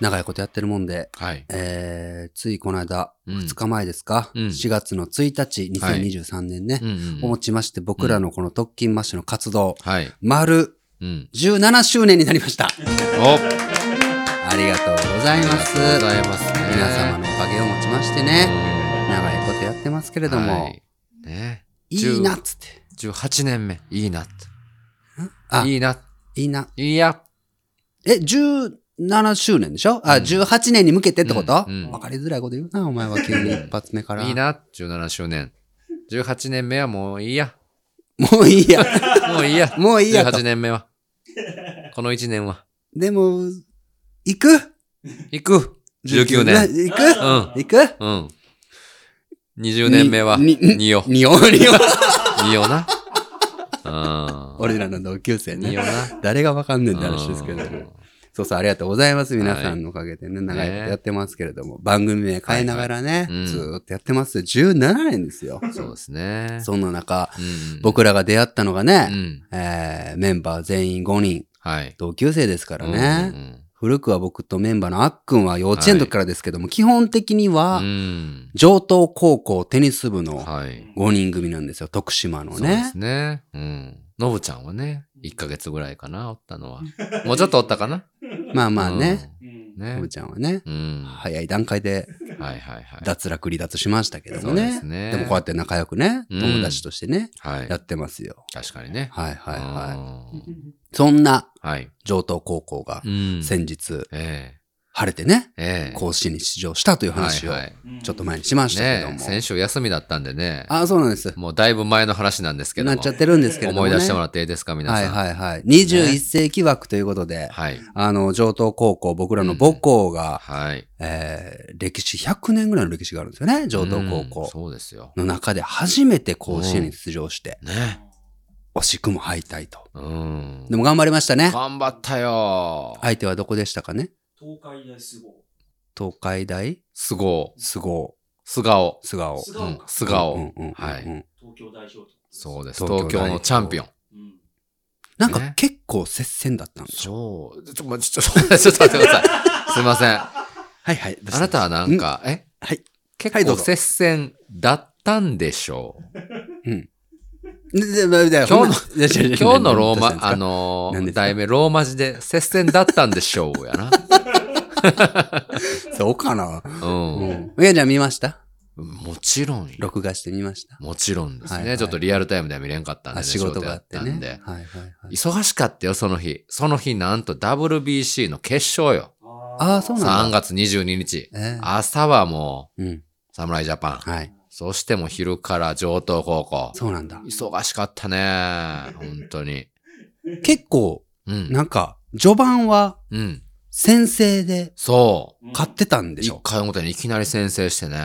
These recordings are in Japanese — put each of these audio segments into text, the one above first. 長いことやってるもんで、はい。えー、ついこの間、うん2日前ですか、うん ?4 月の1日、2023年ね、うんうんをもちまして僕らのこの特勤マッシュの活動、はい。丸うん。 17周年になりました。おありがとうございます。ありがとうございますね皆様のおかげをもちましてね、長いことやってますけれども、、はいね。いなっつって。 18年目。いいなって。あ、いいいな。いな。いいや。え、17周年でしょあ、18年に向けてってことわ、うんうんかりづらいこと言うな、お前は急に一発目から。いい。な。17周年。18年目はもういいや。もうい いや。もういいや。もういいやと18。年目は。この1年は。でも、行く行く !19 年。行くうん。行くうん。20年目は、ににによ。におにお。によ な。うん。俺らの同級生にねよ。な。誰がわかんねえって話ですけどう。んそうそう、ありがとうございます。皆さんのおかげでね、長いことやってますけれども、番組名変えながらね、はいはいうんずーっとやってますよ。17年ですよ。そうですね。そんな中、うん。僕らが出会ったのがうね、ん。えーメンバー全員5人、はい。同級生ですからね。うん古くは僕とメンバーのあっくんは幼稚園の時からですけども、基本的には、うん。上東高校テニス部のはい。 5人組なんですよ、徳島のそうでねす。ね。うん。のぶちゃんはね、1ヶ月ぐらいかな、おったのは。もうちょっとおったかな。まあまあね、うん。ねお。ぶちゃんはね、うん。は早い段階でいはいはい。脱落離脱しましたけどもそうでね。すねもこうやって仲良くね、うん友達としてね、はいや。ってますよ。確かにね。。はいはいはいい。そんなはい。上東高校がうん。先日え晴れてね、え。ええ。甲子園に出場したという話をはいはいちょっと前にしましたけどねも。先週休みだったんでね。ああ、そうなんです。もうだいぶ前の話なんですけどなも。っちゃってるんですけれども、思ね。い出してもらっていいですか、皆さん。はいはいはい。21世紀枠ということで、はい。あの、上東高校、僕らの母校が、はい。えー歴史100年ぐらいの歴史があるんですよね、上東高うん校そうですよ。の中で初めて甲子園に出場して、ね。惜しくも敗退と。うん。でも頑張りましたね。頑張ったよ。相手はどこでしたかね東海大すご東海大すごい。菅生。素顔。菅生。菅う生んか。素顔。うんうんうんうんはい。東京代表そうです。東京東京のチャンピオン。うん。なんかね結構接戦だったんでしょそう。ちょ、ちょ、ちょ ちょちょちょっと待ってください。すいません。あはいはい。あなたはなんか、えはい。結はいどう構ぞ接戦だったんでしょう。ででででほ今日のんまいやいやいや今日のローどうしたんですマ、かあの何ですー、か題名ローマ字で接戦だったんでしょうやな。そうかなう。うんん。上ちゃん見ましたもちろんよ録画して見ましたもちろんですね、はいはいちょっとリアルタイムでは見れんかったんで、あね、仕事があって仕事やったねんで。。はいはいはい。忙しかったよ、その日。その日、なんと WBC の決勝よ。ああ、そうな3んだ。月22日。ええ朝はもうん。う、侍ジャパン。はい。そしてもう昼から上東高校。そうなんだ。忙しかったね。本当に。結構、うん。なんか、序盤はうん。先制でそう。勝ってたんでし1ょ回表にいきなり先制してね。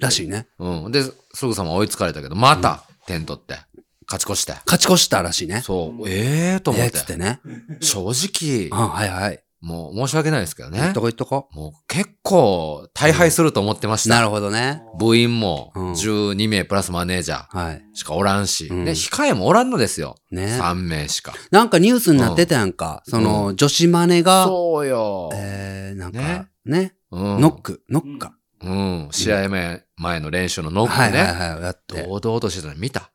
らしいね。うん。で、すぐさま追いつかれたけど、また点取って。勝ち越して。勝ち越したらしいね。そう。ええと思えーっっつってて。ね。正あ直、はいはい。もう申し訳ないですけど言っねと。こ言っとこ。もう結構大敗すると思ってました。なるほどね。部員もうん12名プラスマネージャはい。ーしかおらんし、うんで、控えもおらんのですよ。ね3名しか。なんかニュースになってたやんか。その、女子マネが、そうよ。えー、なんかね、ね、うんノッ。ク、ノッカ。うん。試合前、前の練習のノックね。はいはいはい。やって。堂々としてたの見た。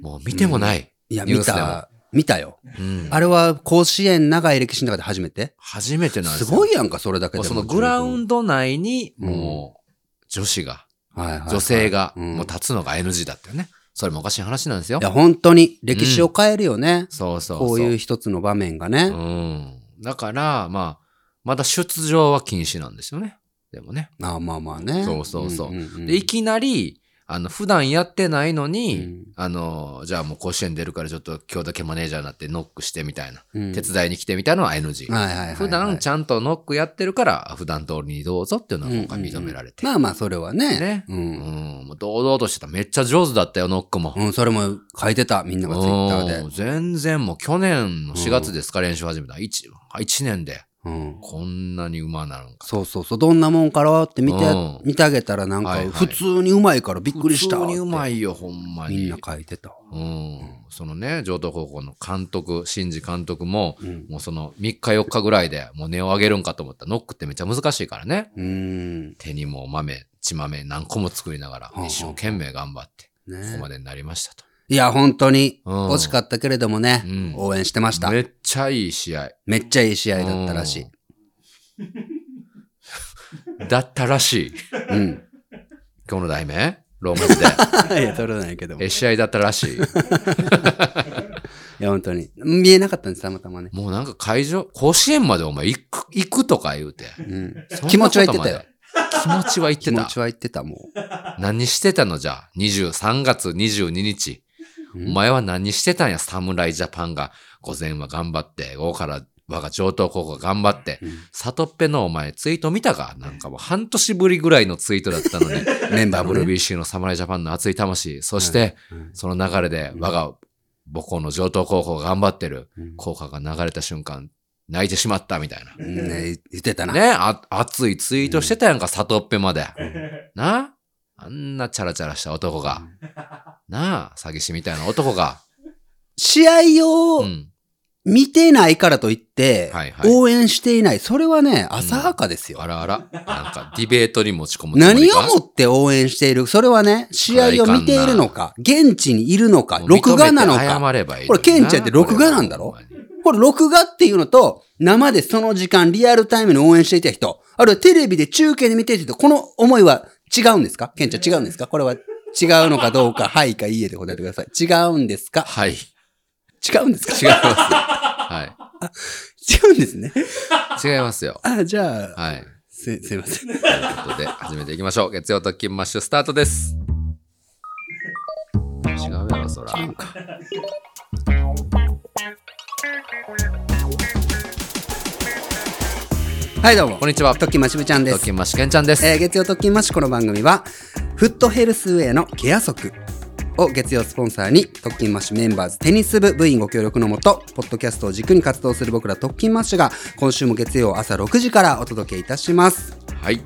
もう見てもない。いや、ニュ見ースでもた、見たよ。うん。あれは甲子園長い歴史の中で初めて初めてなんですすよ。ごいやんか、それだけもうでも。そのグラウンド内に、うんもう、女子が、はいはいはい女性が、うんもう立つのが NG だったよね。それもおかしい話なんですよい。や、本当に歴史を変えるよね。そうそうそう。こういう一つの場面がね。うん。だから、まあ、まだ出場は禁止なんですよね。でもね。ああまあまあね。そうそうそうんんんで、いきなり、あの、普段やってないのに、うんあの、じゃあもう甲子園出るからちょっと今日だけマネージャーになってノックしてみたいな、うん手伝いに来てみたいなのは NG。はいはいはいはい普段ちゃんとノックやってるから、普段通りにどうぞっていうのは今回認められて。うんうんうんまあまあ、それはね。ねう。うんん、もう堂々としてた。めっちゃ上手だったよ、ノックも。うん、それも書いてた、みんながツイッターでうん全然もう去年の4月ですか、練習始めた。1, 1年でうん。こんなに馬なるんか。そうそうそう。どんなもんからはって見て、うん見てあげたらなんかはいはい普通にうまいからびっくりしたって。普通にうまいよ、ほんまに。みんな書いてたわ。うん。そのね、上東高校の監督、新次監督も、うん。もうその3日4日ぐらいでもう値を上げるんかと思ったらノックってめっちゃ難しいからね。うーん。ね手にも豆、血豆何個も作りながあはらあ一生懸命頑張って、ここまでになりましたと。いや、本当にうん惜しかったけれどもね、うん応援してました。めっちゃいい試合。めっちゃいい試合だったらしい。うん。だったらしい。うん。 今日の題名ローマ字で。いや、取れないけども。いえ、試合だったらしい。や、本当に。見えなかったんです、たまたまね。もうなんか会場、甲子園までお前行く、行くとか言うて。うん。そんなことまで気持ちは言ってたよ。気持ちは言っ気て持た。ちは言ってた、も何してたのじゃあ、23月22日。う。お前は何してたんや、侍ジャパンが。午前は頑張って、午後から我が上等高校が頑張って。うんサトッペのお前ツイート見たかなんかもう半年ぶりぐらいのツイートだっ たのに。メンバーも、ね。 WBC の侍ジャパンの熱い魂。そして、うんその流れで我が母校の上等高校が頑張ってる。うん効果が流れた瞬間、泣いてしまったみたいな。ね、言ってたな。ねあ、熱いツイートしてたやんか、サトッペまで。なあんなチャラチャラした男が。なあ詐欺師みたいな男が。試合うをん。見てないからといって、はいはい応援していない。それはね、浅はかですよ。あらあら。なんか、ディベートに持ち込むつも何りか。をもって応援しているそれはね、試合を見ているのか、現地にいるのか、もう認めて録画なのか。謝ればいいのにな。これケンちゃんって録画なんだろこれはほんまにこれ録画っていうのと、生でその時間リアルタイムに応援していた人、あるいはテレビで中継で見ていた人、この思いは違うんですかケンちゃん違うんですかこれは違うのかどうか、はいかいいえで答えてください。違うんですかはい。違い違うんですかます。は違うんですね。い。違いますよ。あ、じゃあ、はい。す、すいません。ということで、始めていきましょう。月曜特勤マッシュスタートです。違うやろ、そら。はい、どうも。こんにちは。と特きましぶちゃんです。勤マッシュケンちゃんです。えー月曜特勤マッシュこの番組はフットヘルスウェアのケア足を月曜スポンサーに特勤マッシュメンバーズテニス部部員ご協力のもとポッドキャストを軸に活動する僕ら特勤マッシュが今週も月曜朝6時からお届けいたしますはい。よ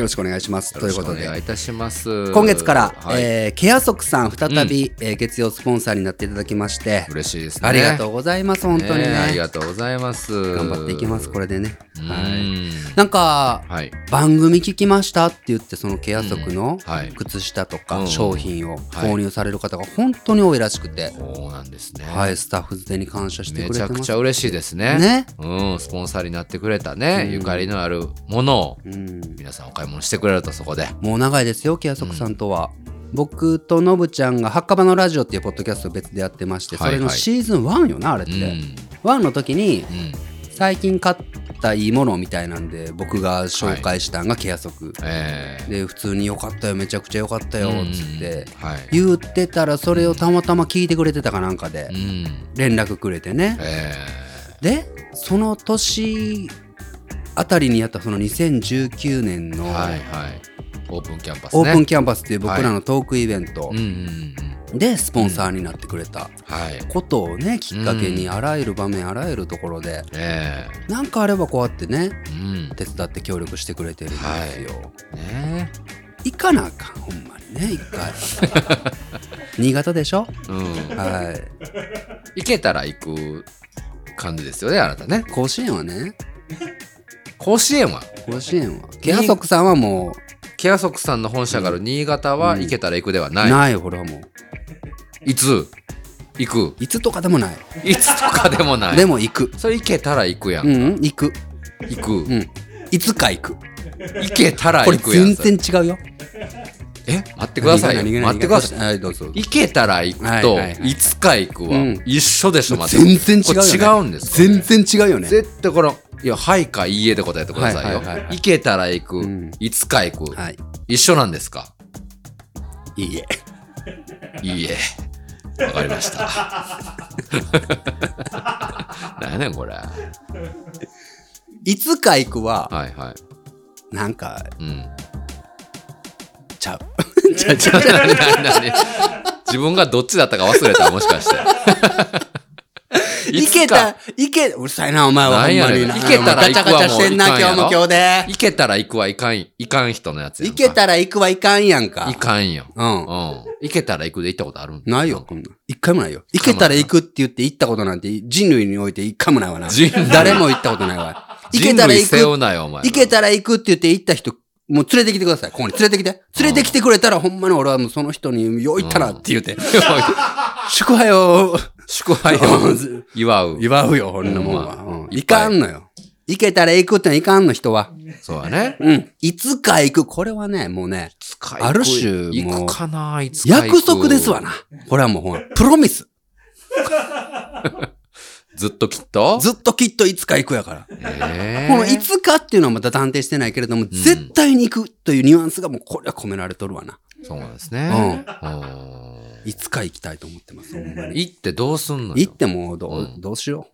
よろしくお願いしますとろいうしくこおと願いでいたします。今月から、はいえーケア足さん再び、えー月曜スポンサーになっていただきまして、嬉しいですね。ありがとうございます本当にねねありがとうございます。頑張っていきますこれでねうん。はいなんかはい。番組聞きましたって言ってそのケア足のうんはい靴下とうかん商品を購入される方が本当に多いらしくて、そうなんですね。はい、スタッフ全に感謝してくめれちてゃまくすちゃ嬉しいですね。ねうん、スポンサーになってくれたね、うんゆかりのあるものをうん、皆さんお買い物してくれるとそこで。もう長いですよケア足さんとは、僕とのぶちゃんが「墓場のラジオ」っていうポッドキャストを別でやってましてそれのはいはいシーズン1よなあれっうて、ん。 1の時にうん。最近買ったいいものみたいなんで僕が紹介したんがケア足、ええで普通に「良かったよめちゃくちゃ良かったよ」っつってうんはい。言ってたらそれをたまたま聞いてくれてたかなんかでうん。連絡くれてね、えでその年あたりにやったその2019年えのはいはい。オープンキャンパスね。オープンキキャンパスっていう僕らのトークイベントうんうんうん。でスポンサーになってくれたはい。ことをねきっかけにうあらゆる場面あらゆるところでえ何かあればこうやってねえうん。手伝って協力してくれてるんですよ。ね行かなあかんほんまにね一 回新潟でしょえ。うん。はい行けたら行く感じですよね、あなたね。甲子園はね甲子園は甲子園はケアソクさんはもケアソクさんの本社がある新潟はうん行けたら行くではうない。ないほらもういつ行く いつとかでもないいつとかでもない。でも行くそれ行けたら行くやん。うんうん、行く。行くう。ん。いつか行く。行けたらこれ行くやん。全然違うよ。それえ待ってください何がよ。何が待ってください。はい、どうぞ。行けたら行くはいとはいは、いいつか行くうはん一緒でしょ、また。全然違うよ、ね。これ違うんですか全然違うよね。絶対この、いや、はいかいいえで答えてくださいよはいはいはい。はい行けたら行うくん。いつか行く。はい。一緒なんですかいいえ。い いえ。わかりました。 何やねん、これ。はいつか行くは、はなんか、い。うん。ちゃう。ちゃちゃちゃ何何自分がどっちだったか忘れたもしかして。いけいた、いけ、うるさいな、お前は。なほんんやまねんにな。いけたらガチャガチャしてんな、行くわ今日もうも今日で。行けたら行くはいかん、いかん人のやつやいんかけたら行くはいかんやんか。いかんよ。うんうん。。行けたら行くで行ったことあるんないよ、こんなん。一回もないよ。行けたら行くって言って行ったことなんて人類において一回もないわな。人 類誰も行ったことないわ。行けたら行人類背負く。うなよ、お前。行けたら行くって言って行った人、もう連れてきてください。ここに連れてきて。連れてきてくれたら、ほんまに俺はもうその人に、よう行ったなって言うて。祝杯を、祝杯をうん祝う。 祝うよ、ほんなもんは。ほんまうん行かんのよ。行けたら行くってのはいかんの人は。そうやね。うん。いつか行く。これはね、もうね、使ある種もう行くかな、いつか行く約束ですわな。。これはもうほんま、プロミス。ずっときっとずっときっといつか行くやから。ええこのいつかっていうのはまた断定してないけれども、絶対に行くというニュアンスがもうこれは込められとるわな。そうなんですうね。ん。いつか行きたいと思ってます、ほんまうんに。行ってどうすんの行よっ。てもどう、うんどうしよ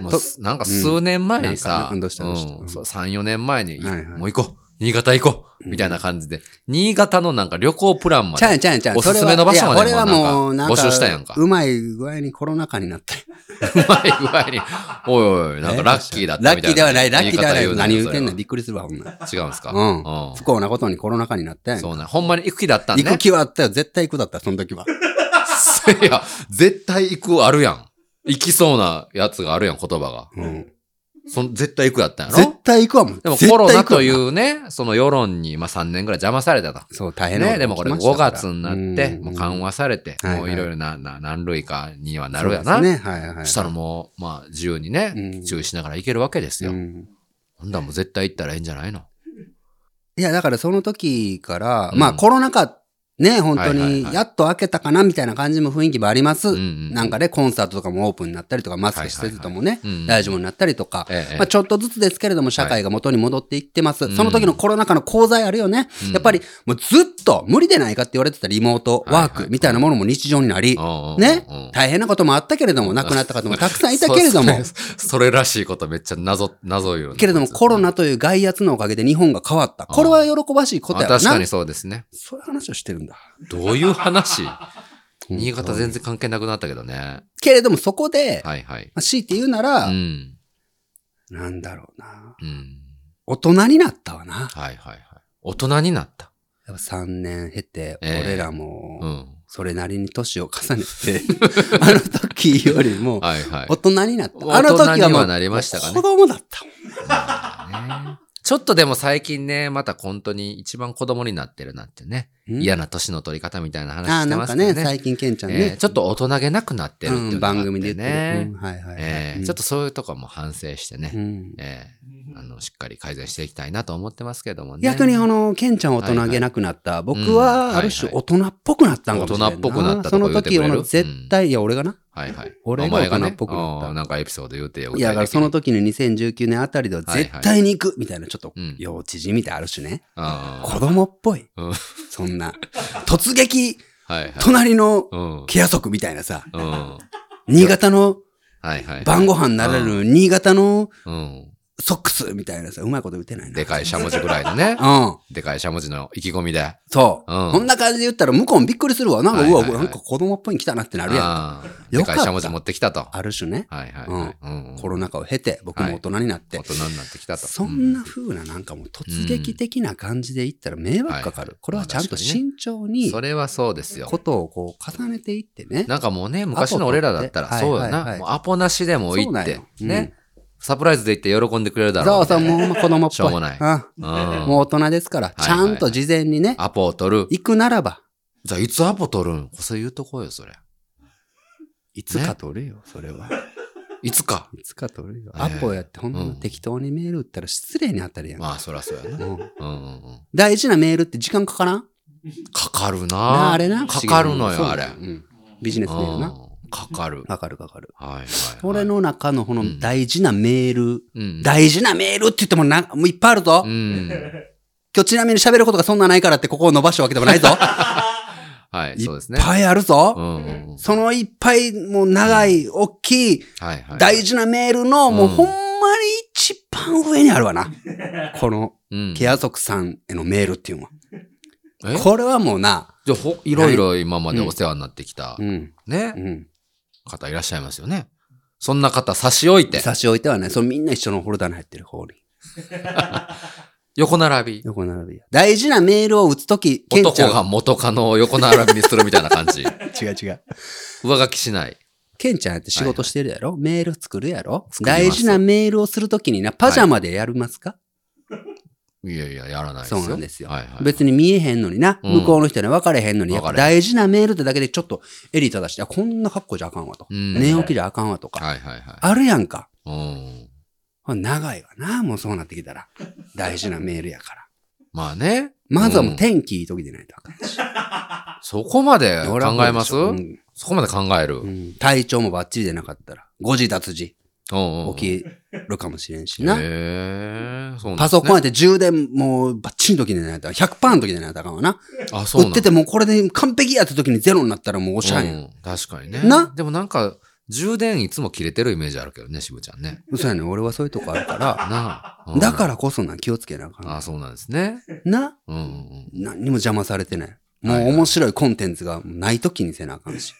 もうすなんか数年前にさ、ううんんなんかねどうしたどうしたそう3、4年前に、いはいはいもう行こう新潟行こうみたいな感じで、新潟のなんか旅行プランう。まちゃうでんちゃうんちゃうん。おすすめの場所までそれはもういや俺はもうなんか、募集したやんかうまい具合にコロナ禍になって。うまい具合に、おいおい、なんかラッキーだったラッキみたーいでな。はない、ラッキーではない。何言ううてんのびっくりするわ、ほんならそれは違うんですかう不幸なことにコロナ禍になって。そうね。ほんまに行く気だったん行くね。気はあったよ。絶対行くだった、その時は。 いや、絶対行くあるやん。行きそうなやつがあるやん、言葉が。うんその絶対行くやったんやろ絶対行くわ、もう。。でもコロナといううね、その世論に、まあ3年ぐらい邪魔されたと。そう、大変なね、でもこれ5月になって、もう緩和和されて、はいはいもういろいろな、な、何類かにはななるやな。そ,、ね、はいはいはい。したらもう、まあ自由にうんね、注意しながら行けるわけですよ。うんほんだらもう絶対行ったらいいんじゃないのいや、だからその時から、うんまあコロナ禍、ね、本当はいはいはに、いやっと開けたかなみたいな感じも雰囲気もあります。ななんかね、コンサートとかもオープンになったりとか、マスクしてずともね、はいはいはいうん大丈夫になったりとか、ええまあ、ちょっとずつですけれども、社会が元に戻っていってます。うんその時のコロナ禍の功罪あるよね。うんやっぱり、もうずっと無理でないかって言われてたリモートワーはいはクいみたいなものも日常になり、ね、大変なこともあったけれども、亡くなった方もたくさんいたけれども そう、そそれらしいことめっちゃ謎、謎よね。けれどもコロナという外圧のおかげで日本が変わった。これは喜ばしいことやあわな。確かにそうですね。そういう話をしてるんだ。どうい う話新潟うん全然関係なくなったけどね。けれどもそこで、まはいはい。あ、強いて言うなら、うん。なんだろうな。うん。大人になったわな。はいはいはい。大人になった。やっぱ3年経て、ええ俺らうも、ん。それなりに年を重ね て、あの時よりも、はいはい大。人になった。あ大の人時にはもはう、なりましたかね子供だったもん。ねちょっとでも最近ね、また本当に一番子供になってるなってね。うん嫌な年の取り方みたいなあ話あ、してなんますかけどね、ね。最近ケンちゃんえーね、ちょっと大人げなくなってるっていううんのがあって番組で言ってねる。うん。はいはいはい。えーうんちょっとそういうとこも反省してね。うんええあの、しっかり改善していきたいなと思ってますけどもね。逆にあの、ケンちゃん大人げなくなった。僕うんは、ある種はいは大人っぽくなったんかもしれんな大人っぽくなっそたとかの言うてく時、れる俺の絶対、いや、俺がな。はいはい。俺がお前大人っぽくなったあーなんかエピソード言うてよ。いや、だからそのと、時の2019年あたりでははいはい絶対に行くみたいな、ちょっとうん、幼稚じみたいなある種ね。あ子供っぽい。ーうんそんな。突撃、はいはい。隣のうん。ケア族みたいなさ、うん。は新潟のいはい。晩ご飯なれる新潟のうん。ソックスみたいなさ、うまいこと打てないな。でかいしゃもじぐらいのねう。ん。でかいしゃもじの意気込みで。あそう。うんこんな感じで言ったら向こうもびっくりするわ。なんか、はいうはいわ、はいこれなんか子供っぽいに来たなってなるやん。あーよかでったかいしゃもじ持ってきたと。はある種ね。いはいはい。うんコロナ禍を経て、僕も大人になって大、人になってきたと。そんな風ななんかもう突撃的な感じでいったら迷惑かかうんはいはるい。これはちゃんとまあ確かに慎重うんにそれはそうですよこ。とをこう重ねていってね。なんかもうね、昔の俺らだったアポら、取ってそうよはいはいはな。いもうアポなしでもいいそうなっんよて。うんね。サプライズで行って喜んでくれるだろそううみたそ、いうな。もうほんま子供っぽい。しょうもないあうんもう大人ですから、いちゃんと事前にね、アポを取る。行くならば、じゃあ、いつアポ取るんそれ言うとこうよ、それ。いつか取るよ、それは。いつか。いつか取るよ。ええアポやってほんまうん適当にメール打ったら失礼に当たるやん。まあ、そらそうやな。うんうんうんうん。大事なメールって時間かからんかかるななあれな。かかるのそうよ、あれ。うんビジネスメールな。うんかかる。かかるかかる。はいはいはい。俺の中のこうのん大事なメール、うん、大事なメールって言ってもなんもういっぱいあるぞ。うん。今日ちなみに喋ることがそんなないからってここを伸ばしたわけでもないぞ。はいい、そうでっすね。ぱいあるぞ。うんうんうん。そのいっぱい、もう長い、大きい、はいはい。大事なメールの、もううんほんまに一番上にあるわ な。この、うん。ケア族さんへのメールっていうのは。えこれはもうな、じゃあほいろいろ今までお世話になってきたう、ん、ねう、ん。方いらっしゃいますよね。そんな方差し置いて、差し置いてはね、そのみんな一緒のフォルダに入ってる方に。横並び。横並び。大事なメールを打つとき、ケンちゃ男ん。が元カノを横並びにするみたいな感 じ。違う違う。上書きしない。ケンちゃんやって仕事してるやろ、メール作るやろります大事なメールをするときにな、パジャマでやりますか、いやいや、やらないですよ。そうなんですよ。はいはい。別に見えへんのにな、うん向こうの人には分かれへんのに、やっぱ分かれ大事なメールってだけでちょっと襟正して、あ、こんな格好じゃあかんわと。うん寝起きじゃあかんわとか。はいはいはあるやんか。い。うん。長いわな、もうそうなってきたら。大事なメールやから。まあね。まずはもううん天気いい時でないとあかんそこまで考俺はこうでしょえますうんそこまで考える。ううんん体調もバッチリでなかったら、5時脱時うんうん。起きるかもしれんしな。な。へーそうなんですねパソコンやって充電もうバッチリの時でないと、100%の時でないとあかんわな。あ、そうな売っんててもうこれで完璧やって時にゼロになったらもうおしゃれやん。うん確かにね。なでもなんか、充電いつも切れてるイメージあるけどね、渋ちゃんね。そうやねん俺はそういうとこある から。なあ。。だかららこそな、気をつけなあかん。あ、そうなんですね。なうんうん何にも邪魔されてない。もはいうはい面白いコンテンツがない時にせなあかん し。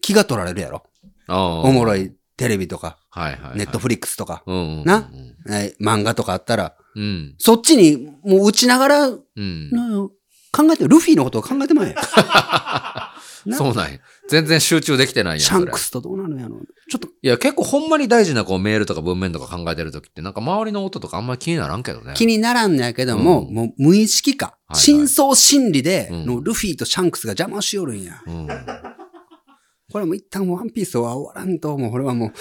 気が取られるやろ。うん。おおもろい。いテレビとか、はいはいはい。ネットフリックスとか、うんうんうん。なえ漫画とかあったら、うん。そっちにもう打ちながら、なうん。考えて、ルフィのことを考えてまえ よ。なそうなんや。全然集中できてないやん。シャそンれクスとどうなるんやろ。ちょっといや、結構ほんまに大事なこうメールとか文面とか考えてるときって、なんか周りの音とかあんまり気にならんけどね。気にならんのやけども、うんもう無意識か。いはい真相心理で、うんのルフィとシャンクスが邪魔をしよるんや。うん。これもう一旦ワンピースは終わらんと、もうこれはもう。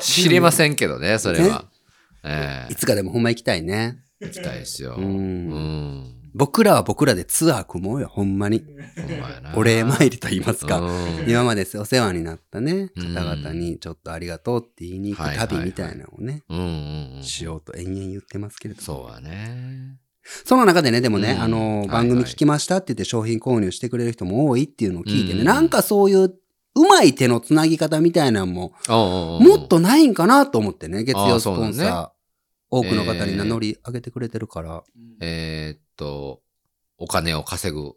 知りませんけどね、それは。ええいつかでもほんま行きたいね。行きたいですよ。ううんん。僕らは僕らでツアー組もうよ、ほんまに。ほんまやな。お礼参りと言いますか。うん今までお世話になったね、うん方々にちょっとありがとうって言いに行はくいはいはい旅みたいなのをね、うんうんうん。しようと延々言ってますけれども。そうやね。その中でね、でもね、うんあの、はい番組聞きましたって言って商品購入してくれる人も多いっていうのを聞いてね、うんなんかそういう、うまい手のつなぎ方みたいなのも、おうおうおうもっとないんかなと思ってね、月曜スポあンーサそー。うだ多くの方に名乗り上げてくれてるから、えーっと、お金を稼ぐ。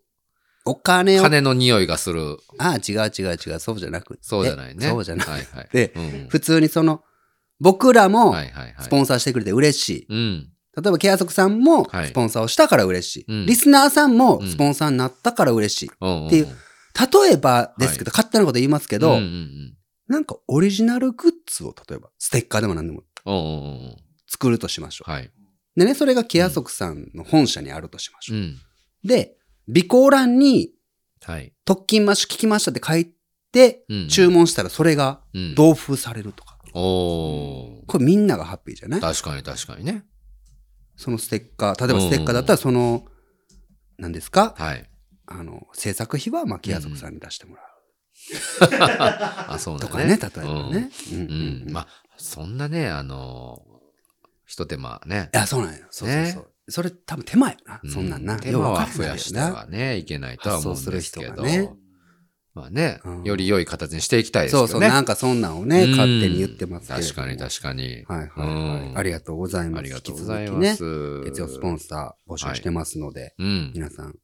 お金を、あ金の匂いがする。あー、違う違う違う、そうじゃなくて。そうじゃないね。そうじゃない。はいはい。でうん、普通にその、僕らもはいはいはい。スポンサーしてくれて嬉しい。うん。例えば、ケアソクさんもはいスポンサーをしたから嬉しい。うんリスナーさんもうんスポンサーになったから嬉しい。うんんんっていう例えばですけど、勝手なこと言いますけど、うんうんうんなんかオリジナルグッズを例えば、ステッカーでも何でもおうおうおう作るとしましょう。はい。でね、それがケアソクさんの本社にあるとしましうょう。ん。で、備考欄にはい。特勤マッシュ聞きましたって書いて、うん注文したらそれがうん。同封されるとか。おこれみんながハッピーじゃないー確かに確かにね。そのステッカー、例えばステッカーだったらその、何ですかはい。あの、制作費はまあケアソクさんに出してもらあ、そううなとんかだね、ね。例えばね。うんうん。うん。まあ、そんなね、あのー、ひと手間ねい。や、そうなんよ。そうそうそう。それ多分手前やうな。そんなんな。手間よう分はからへん増やしてよなはね、いけないとは思うんですけ発ど想する人がね。まあねうん、より良い形にしていきたいですそけうそどう、ね。なんかそんなんをね、うん勝手に言ってますけれど確かにか確かに。はいはい、はいうんありがとうございます。ありがとうございます。引き続きね、月曜スポンサー募集してますので、うん。皆さん、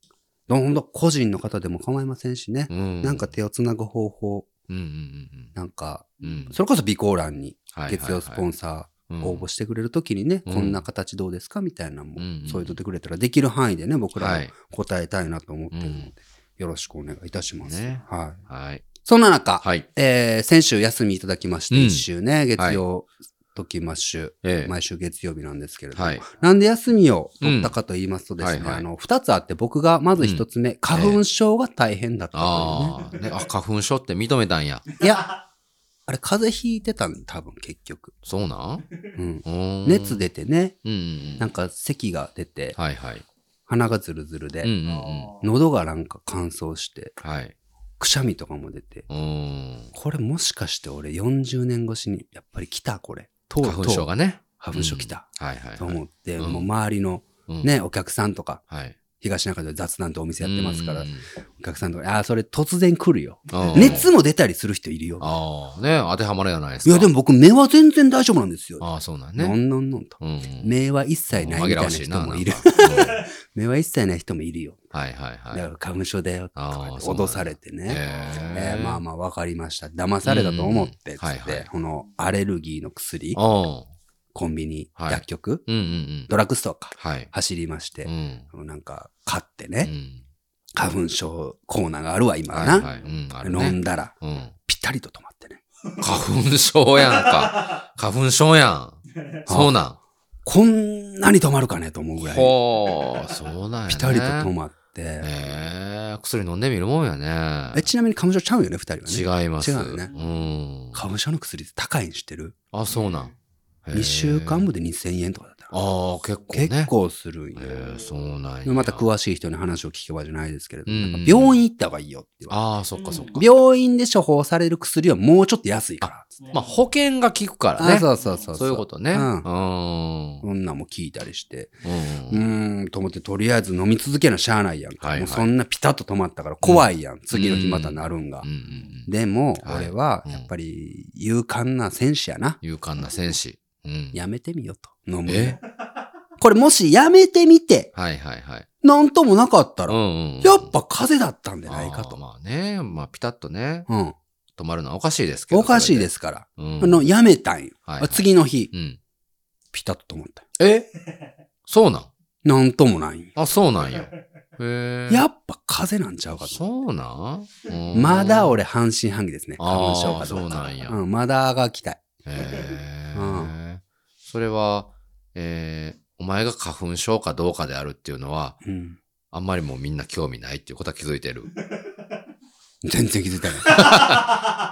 どんどん個人の方でも構いませんしねう。ん。なんか手をつなぐ方法、うんうんなんか、うんうん。それこそ備考欄に、はいはいはい月曜スポンサー応募してくれるときにね、うんこんな形どうですかみたいなのもうんうん、そういうとってくれたら、できる範囲でね、僕らはもい答えたいなと思ってるので、うんよろしくお願いいたします。ねはい。はい。そんな中、はい。えー先週休みいただきまして、うん一週ね、月曜、ときましゅ、ええ毎週月曜日なんですけれども、はい。なんで休みを取ったかと言いますとですね、うんはいはいあの、二つあって、僕がまず一つ目、花粉症が大変だったというね。あ あ、ね、あ、花粉症って認めたんや。いや、あれ、風邪ひいてたん多分、結局。そうなんうん。うーん熱。出てね、うんうんう。なんんか咳が出て、はいはい。鼻がズルズルで、うんうんうん。喉がなんか乾燥して、はい。くしゃみとかも出て、うーん。これもしかして俺40年越しに、やっぱり来た、これ。とうとう花粉症がね。花粉症来た。はいはいとはい。思って、うんもう周りのうん。ね、お客さんとか、はい。東中で雑談とお店やってますから、うんお客さんとか、ああ、それ突然来るよ。うんうん熱も出たりする人いるよ。ああ、ね、当てはまるじゃないですいか。や、でも僕、目は全然大丈夫なんですよ。ああ、そうなんのね。んのんのんと。うんうん。目は一切ないみたいな紛らわしい人な。もいる。なんか目は一切ない人もいるよ。はいはい だはかい。ら花粉症だよとあかーそうなんだ脅されてね。ええーまあまあ分かりました。騙されたと思って、うつって、んはいはいこのアレルギーの薬、あ。おコンビニ、はい薬局、うんうんうん。ドラッグストアか、はい。走りましてう、ん。あのなんか買ってうね、ん。花粉症コーナーがあるわ、今はな。はいはい。うん、ある飲んね。だら、うん。ぴったりと止まってね。花粉症やん か。花粉症やん。そうなん。こんなに止まるかねと思うぐらい、ほう、そうなんや、ね。ぴったりと止まって。ええ薬飲んでみるもんやね。えちなみに花粉症ちゃうよね、二人はね。違います。違うよねうん。花粉症の薬って高いん知ってるあ、そうなん。へえ ?2 週間。分で2000円とかだったら。ああ、結構ね。結。構するんよ。ええそうなんでや。また詳しい人に話を聞けばじゃないですけれど、うんうんなんか病院行った方がいいよって言わああ、そっかそっか。れて病院で処方される薬はもうちょっと安いから。 まあ、保険が効くからね。あそうそうそうそういうことね。ううんん。うん。そんなんも聞いたりして、ううんーん、と思って、とりあえず飲み続けなしゃあないやんか。はいはいもうそんなピタッと止まったから怖いやん。次の日またなるんが。うん。でも、はい俺は、うんやっぱり、勇敢な戦士やな。勇敢な戦士。うん。やめてみよと。飲むえこれもしやめてみて、はいはいはい。なんともなかったうら、んうんうん。やっぱ風邪だったんじゃないかあーと。まあね、まあ、ピタッとね、うん。止まるのはおかしいですけど。。おかしいですすから。うん。あの、やめたんよ。はいはい次の日、うん。ピタッと止まったよ。えそうなんなんともないんよ。あ、そうなんや。へえ。やっぱ風邪なんちゃうかと。そうなんうんまだ俺半信半疑ですね。花あ粉ー症かどうそうなかん。やうん、まだが来たい。へえ、うそれは、えーお前が花粉症かどうかであるっていうのは、うん。あんまりもうみんな興味ないっていうことは気づい てる。全然気づい てない。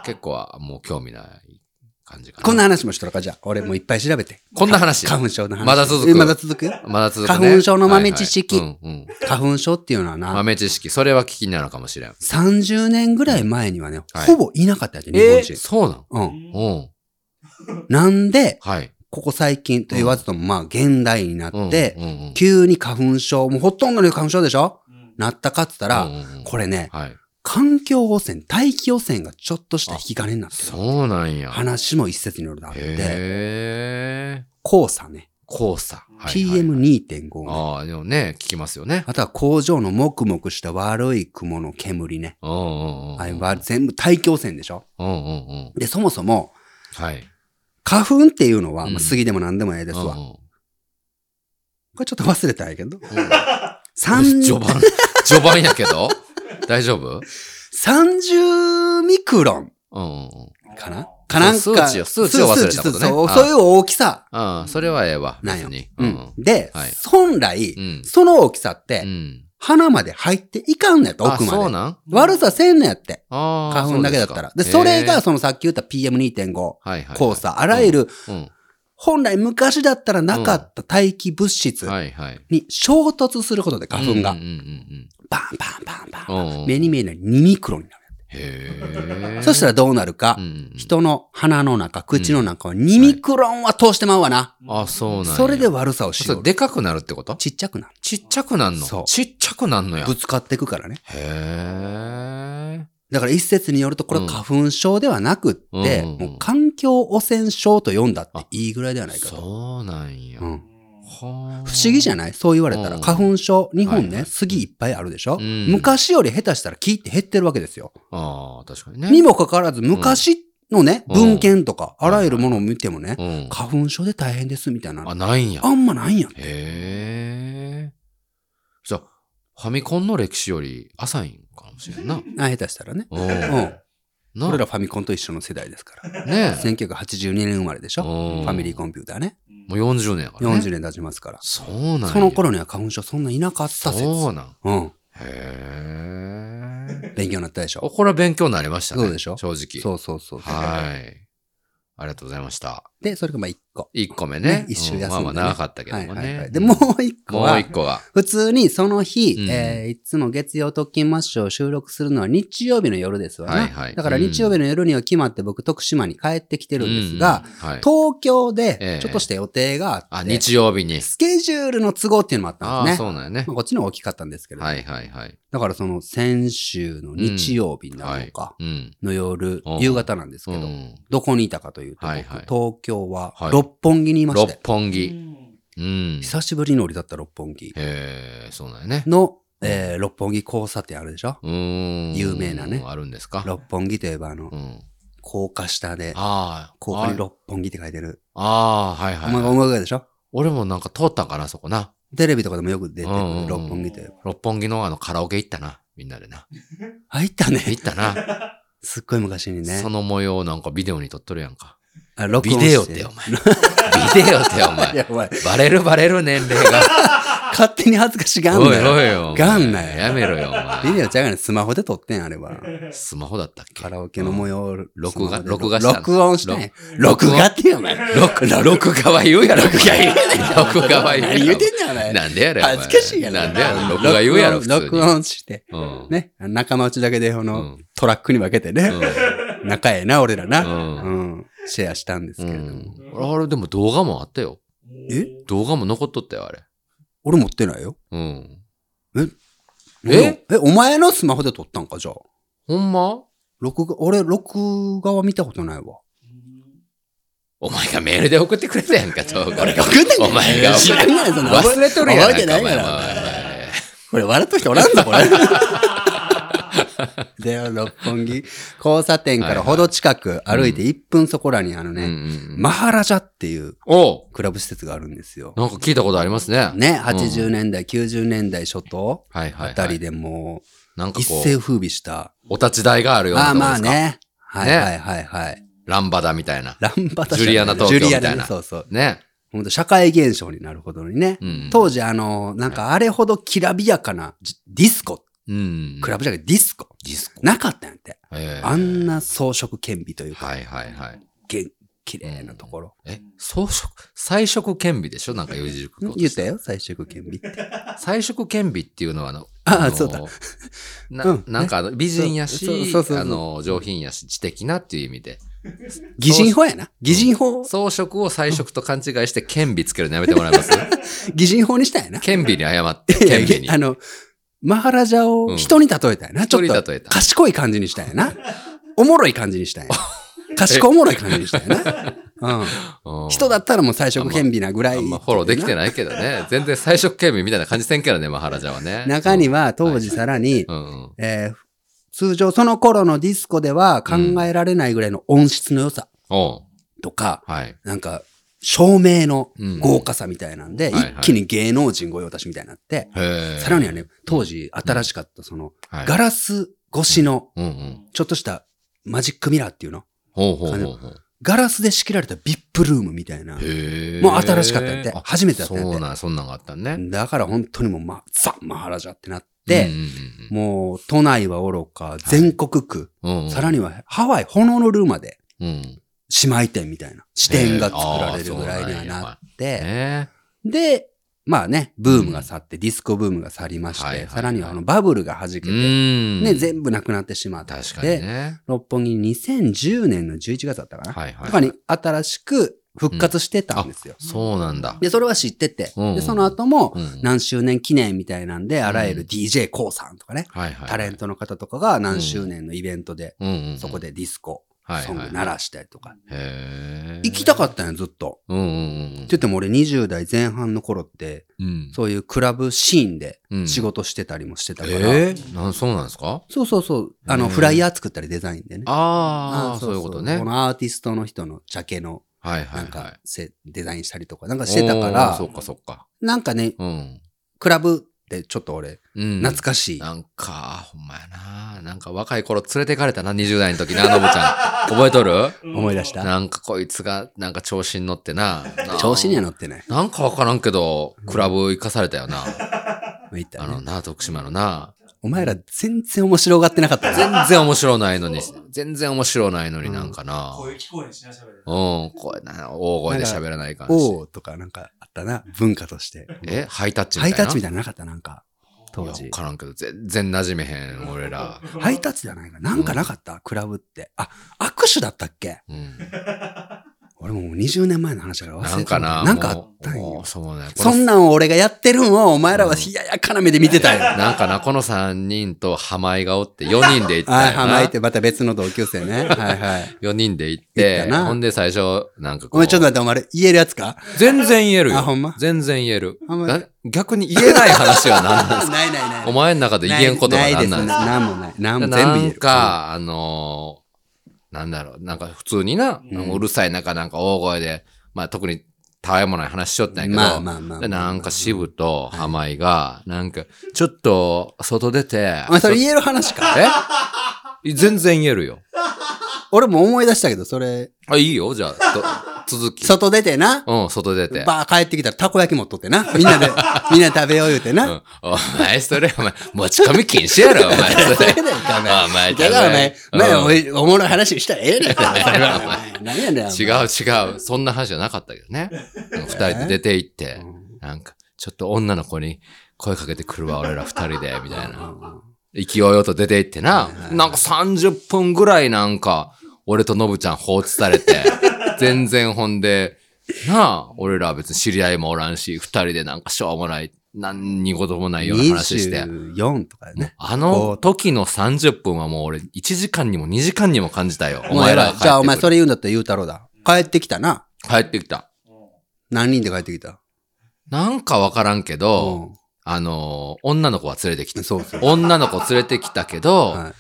結構はもう興味ない感じかな。こんな話もしとるか、じゃあ。俺もういっぱい調べて。こんな話花粉症の話。まだ続くえまだ続くよ。まだ続くね。花粉症の豆知識はいはいうんうん花粉症っていうのはな、豆知識。それは聞きになるかもしれん。 30年ぐらい前にはね、はいほぼいなかったやつ、日本人。そうなうんん。うん。なんで、はい。ここ最近と言わずとも、まあ、現代になうんって、うんうん急に花粉症、もうほとんどの人花粉症でしょうんなったかっつったら、うんうんうんこれね、はい。環境汚染、大気汚染がちょっとした引き金になってる。そうなんや。話も一説によるとあって、へえ。黄砂ね、黄砂。はいはいはい PM2.5 ね、ああ、でもね、聞きますよね。あとは工場のもくもくした悪い雲の煙ね。うんうんうん。あれは全部大気汚染でしょうんうんうん。で、そもそも、はい。花粉っていうのは、うんまあ、杉でも何でもええですわ。うんこうんれちょっと忘れたんやけど。三 序 盤、序盤やけど大丈夫30ミクロンうんうんうん。かなかなんか。そう数値よ数値を忘れたことね数値そうああそういう大きさああ、それはええわ。なんよ別に。。ううんん。ではい、本来う、ん。その大きさっうて、ん。鼻まで入っていかんのやった、あ、奥そうまで。なん悪させんのやって。ああ。花粉だけだったら。うでですかそれが、、へそのさっき言った PM2.5、えはいはい。黄。砂、あらゆる、うん。本来昔だったらなかった大気物質はいはい。に衝突することで花粉がうんう、んバンバンバンバンう。んうんうん。目に見えない2ミクロンになる。へえ。そしたらどうなるかう、んうん、人の鼻の中、口の中を2ミクロンは通してまうわな。あ、そうなんやそれで悪さをしそよれう。でかくなるってことちっちゃくなる。ちっちゃくなんそうのちっちゃくなんのや。ぶつかっていくからね。へえ。だから一説によると、これは花粉症ではなくって、うんもう環境汚染症と読んだっていいぐらいではないかと。そうなんや。うはんあ不思不思議じゃないそう言われたら。うん花粉症、日本はいはね、い杉いっぱいあるでしょうん昔より下手したら木って減ってるわけですよ。ああ、確かにね。にもかかわらず、昔のね、うん文献とか、あらゆるものを見てもねう、ん。花粉症で大変ですみたいなあ、。ないんや。あんまないんや。へえ。じゃあ、ファミコンの歴史より浅いんかもしれ んな。あ、下手したらね。うん。うん。な俺らファミコンと一緒の世代ですから。ねえ。 1982年生まれでしょうんファミリーコンピューターね。もう40年やからね。 40年経ちますから。そうなんや。その頃には花粉症そんないなかった説。そうなん。 うん。へえ。勉強になったでしおょ。これは勉強になりましたね。そうでしょ正直。そうそうそう。はい。ありがとうございました。で、それがまあ1個。 1個目ねね。一周休んでねうんまあまあ長かったけどはもいね。はいはい。で、もう1個もうは一、個は。普通にその日、うんえーいつも月曜特勤マッシュを収録するのは日曜日の夜ですわね。はいはいだから日曜日の夜には決まって僕徳島に帰ってきてるんですが、うん、はい、東京でええちょっとした予定がああ、って、日曜日に。スケジュールの都合っていうのもあったあんあでー、すね。そうなんやねまあ、。こっちの方が大きかったんですけれど、はいはいはい。だからその先週の日曜日なはのいか、うん。の夜、うん夕方なんですうけど、ん。どこにいたかというと、はいはい僕東京ははい六本木にいまして、六本木。んうん。久しぶり乗りだった六本木へえ、そうなんやね。の、えー六本木交差点あるでしょうーん。有名なねあるんですか六本木といえばあのう、ん。高架下で、ああ。高架にあ六本木って書いてる。ああ、はいはおい前がはい。音楽家でしょ俺もなんか通ったんかな、そこな。テレビとかでもよく出てくうんうんるうん六本木といえば。六本木のあのカラオケ行ったな。みんなでな。入ったね。行ったな。すっごい昔に ねそ。の模様をなんかビデオに撮っとるやんか。あ録ビ音デオっして お前。ビデオってお前。やばい。バレるバレる年齢が。勝手に恥ずかしがんおいなよ。おいよ。お前ガンなよやめろよ、おビ前。デオちゃうがね、スマホで撮ってん、あれは。スマホだったっけカラオケの模様を録画スマホで録画したの録音してん。録画ってよ、お前。録画、録画は言うやろ。録画言う録画は言うやろ。何言うてんねん、お前。なんでやろ。お前恥ずかしいやろ。なんでやろ。録画言うやろ、普通に。録音して。うん。ね。仲間内だけで、こうのん、トラックに分けてうね。ん仲ええな、俺らうな。ん。 うん。シェアしたんですうけれども。ん。あれ、でも動画もあったよ。え動画も残っとったよ、あれ。俺持ってないよ。うん。ええ、お前のスマホで撮ったんか、じゃあ。ほんま録画、俺、録画は見たことないわ。お前がメールで送ってくれたや んか、動画。送ってんお前が知らんない、そんな。忘れとるやんか。覚えてないからお前お前 お前これ笑った人おらんぞ、こ れ。では、六本木交差点からほど近く歩いて1分そこらにあのうんね、うんうんマハラジャっていうおうクラブ施設があるんですよ。なんか聞いたことありますね。ね、うん80年代、90年代初頭はいはい、はい。あたりでもうなんか一こ世う、風靡した。お立ち台があるようあなあ、とこまであすか。ね。はいねはいはいはい。ランバダみたいな。ランバタじゃジュリアナ東京ジュリアナみたいなそうそう。ね。本当社会現象になるほどにね。うん。当時あの、なんかあれほどきらびやかなじディスコ、うん。クラブじゃなくてディスコ。ディスコ。なかったんやって。ええあんな装飾兼備というか、はいはいはい。けん綺麗なところ。え、装飾、彩色顕微でしょなんか四字熟語と言っしてたよ、彩色兼備って。彩色顕微っていうのはあの、あのそうだ。う、なんなんかあの美人やし、そうそうそうそうあの、上品やし、知的なっていう意味で。擬人法やな。擬人法、装飾を彩色と勘違いして、顕微つけるのやめてもらえます 擬人法にしたんやな。顕微に謝っいて、や顕い微にや、 あ。の、マハラジャうをん人に例えたんやな。ちょ人にっ例えとた賢い感じにしたんや な。おもろい感じにしたんや。賢いおもろい感じにしたん やな。うん。うん人だったらもう彩色兼備なぐらい。あんまフォローできてないけどね。全然彩色顕微みたいな感じせんけどね、マハラジャはね。中には当時さらにう、ん、うんうん。えー通常その頃のディスコでは考えられないぐらいの音質の良さおうとか、はい。なんか、照明のうん豪華さみたいなんで、はいはい一気に芸能人御用達みたいになって、へえ。さらにはね、当時新しかったその、はい、ガラス越しの、うんうん。ちょっとしたマジックミラーっていうのほうほうほうほう。ガラスで仕切られたビップルームみたいな。へえ。もう新しかったんやってあ初めてだったんやってそうなん、そんなんがあったんね。だから本当にもう、ま、ザ・マハラジャってなって、うんもう都内はおろか、全国区、うんうん、うんうんさらにはハワイ、ホノルルまでうん。姉妹店みたいな支店が作られるぐらいにはなって、ねで、まあね、ブームが去って、ディスコブームが去りまして、はいはいはいさらにはあのバブルが弾けうて、ん。ね、全部なくなってしまって、確かにね。六本木に2010年の11月だったかな、はいはい。とかに新しく復活してたんですよ。そうなんだ。で、それは知ってて、うんうんで、その後もうん何周年記念みたいなんで、あらゆうるん d j k o さんとかね、はいはい。タレントの方とかが何周年のイベントで、うんうんうん。そこでディスコ、はいソンはグい。鳴らしたりとか。へえ。行きたかったんよ、ずっと。うんうんうんうんって言っても俺20代前半の頃って、うん。そういうクラブシーンでうん仕事してたりもしてたから、えーなんそうなんですかそうそうそう、あうの、んフライヤー作ったりデザインでね。ああ、そういうことねこ。のアーティストの人のジャケの、はいはいは。ないんかせ、デザインしたりとか、なんかしてたかおーらそ、っかそっか。なんかね、うん。クラブってちょっと俺、うん。懐かしい。なんか、ほんまやな。なんか若い頃連れてかれたな、20代の時な、のぶちゃん。覚えとる思い出したなんかこいつが、なんか調子に乗ってな。な調子には乗ってない。なんかわからんけど、クラブ行かされ たよな。言ったあらねのな、徳島のな。お前ら全然面白がってなかったな。全然面白ないのに、全然面白ないのになんかな。声聞こえんしな、喋る。うん、声な、大声で喋らない感おじ。うとかなんかあったな、文化として。え、ハイタッチみハたいイな。タッチみたいなのなかったなんか、当いや時わ。からんけど、全然馴染めへん、俺ら。ハイタッチじゃないか。なんかなかった、クラブって。あ、握手だったっけうん。俺もう20年前の話だから忘れてなんか な。なんかあったんもよう。そうね。そんなんを俺がやってるんをお前らは冷ややかな目で見て たよ。なんかな、この3人と浜井がおって、4人で行ったはんい、やな。浜井ってまた別の同級生 ね。はいはい。 4人で行っ、行ってたなほんで最初、なんかこおう前ちょっと待って、お前あれ言えるやつ か全然言えるよ。あほんま全然言える。あんまだ逆に言えない話は何 なんでなすいかないない。お前の中で言えんことはないで何す。なんですかなんもない。なんも全な部言えんる。か、あのーなんだろう、なんか普通にな、うんうるさい中なんか大声で、まあ特にたわいもない話しよったんやけど、まあまあまあまあでなんか渋と浜井が、なんか、ちょっと外出て、お前それ言える話か。え 全然言えるよ。俺も思い出したけど、それ、あ、いいよ、じゃあ、ど続き。外出てな。うん、外出て。バー帰ってきたらたこ焼き持っとってな。みんな で、みんなで食べよう言うてうな。ん、お前、それ、お前、持ち込み禁止やろ、お 前、それ。お前、だからね、うんまあおいおもろい話したらええ ねん。それはお前何やねん。お前違う違う。そんな話じゃなかったけど ね。うん二人で出て行って、なんか、ちょっと女の子に声かけてくるわ、俺ら二人で、みたいな。勢いよと出て行ってな。なんか30分ぐらいなんか、俺とノブちゃん放置さ れて、全然ほんで、なあ、俺らは別に知り合いもおらんし、二人でなんかしょうもない、何に事もないような話して。 24とかね。あの時の30分はもう俺1時間にも2時間にも感じたよ。お前らが帰ってくるじゃあお前それ言うんだったら言うたろうだ。帰ってきたな。帰ってきた。何人で帰ってきたなんかわからんけど、うんあの、女の子は連れてきた。そうそう。女の子連れてきたけど、は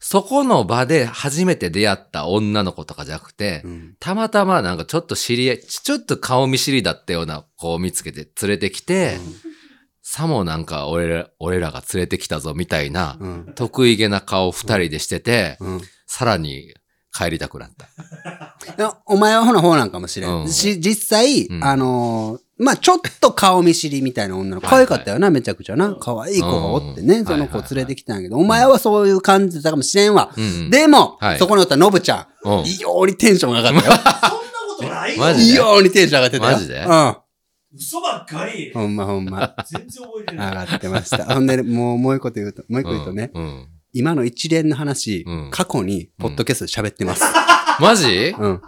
そこの場で初めて出会った女の子とかじゃなくて、いうんたまたまなんかちょっと知り合い、ちちょっと顔見知りだったような子を見つけて連れてきて、さもなんか俺ら俺らが連れてきたぞみたいな、うん得意げな顔二人でしてて、うんさらに帰りたくなった。いやお前はほな方なんかもしれん。うんし、実際、うんあのーまあ、ちょっと顔見知りみたいな女の子、はい可は愛いかったよな、めちゃくちゃな。可愛い子がおってね、うんその子はいはいはい連れてきたんやけど、お前はそういう感じだったかもしれんわ。うんうんでも、はいそこにおったノブちゃん、うん異様にテンションが上がったよ。ことないよマジで異様にテンション上がってたよ。マジでうん。嘘ばっかり。ほんまほんま。全然覚えて上ない。がってました。 ほんで、もう、もう一個と言うと、もう一個言うとね、うんうん今の一連の話、うん過去に、ポッドキャストで喋って ます。マジうん。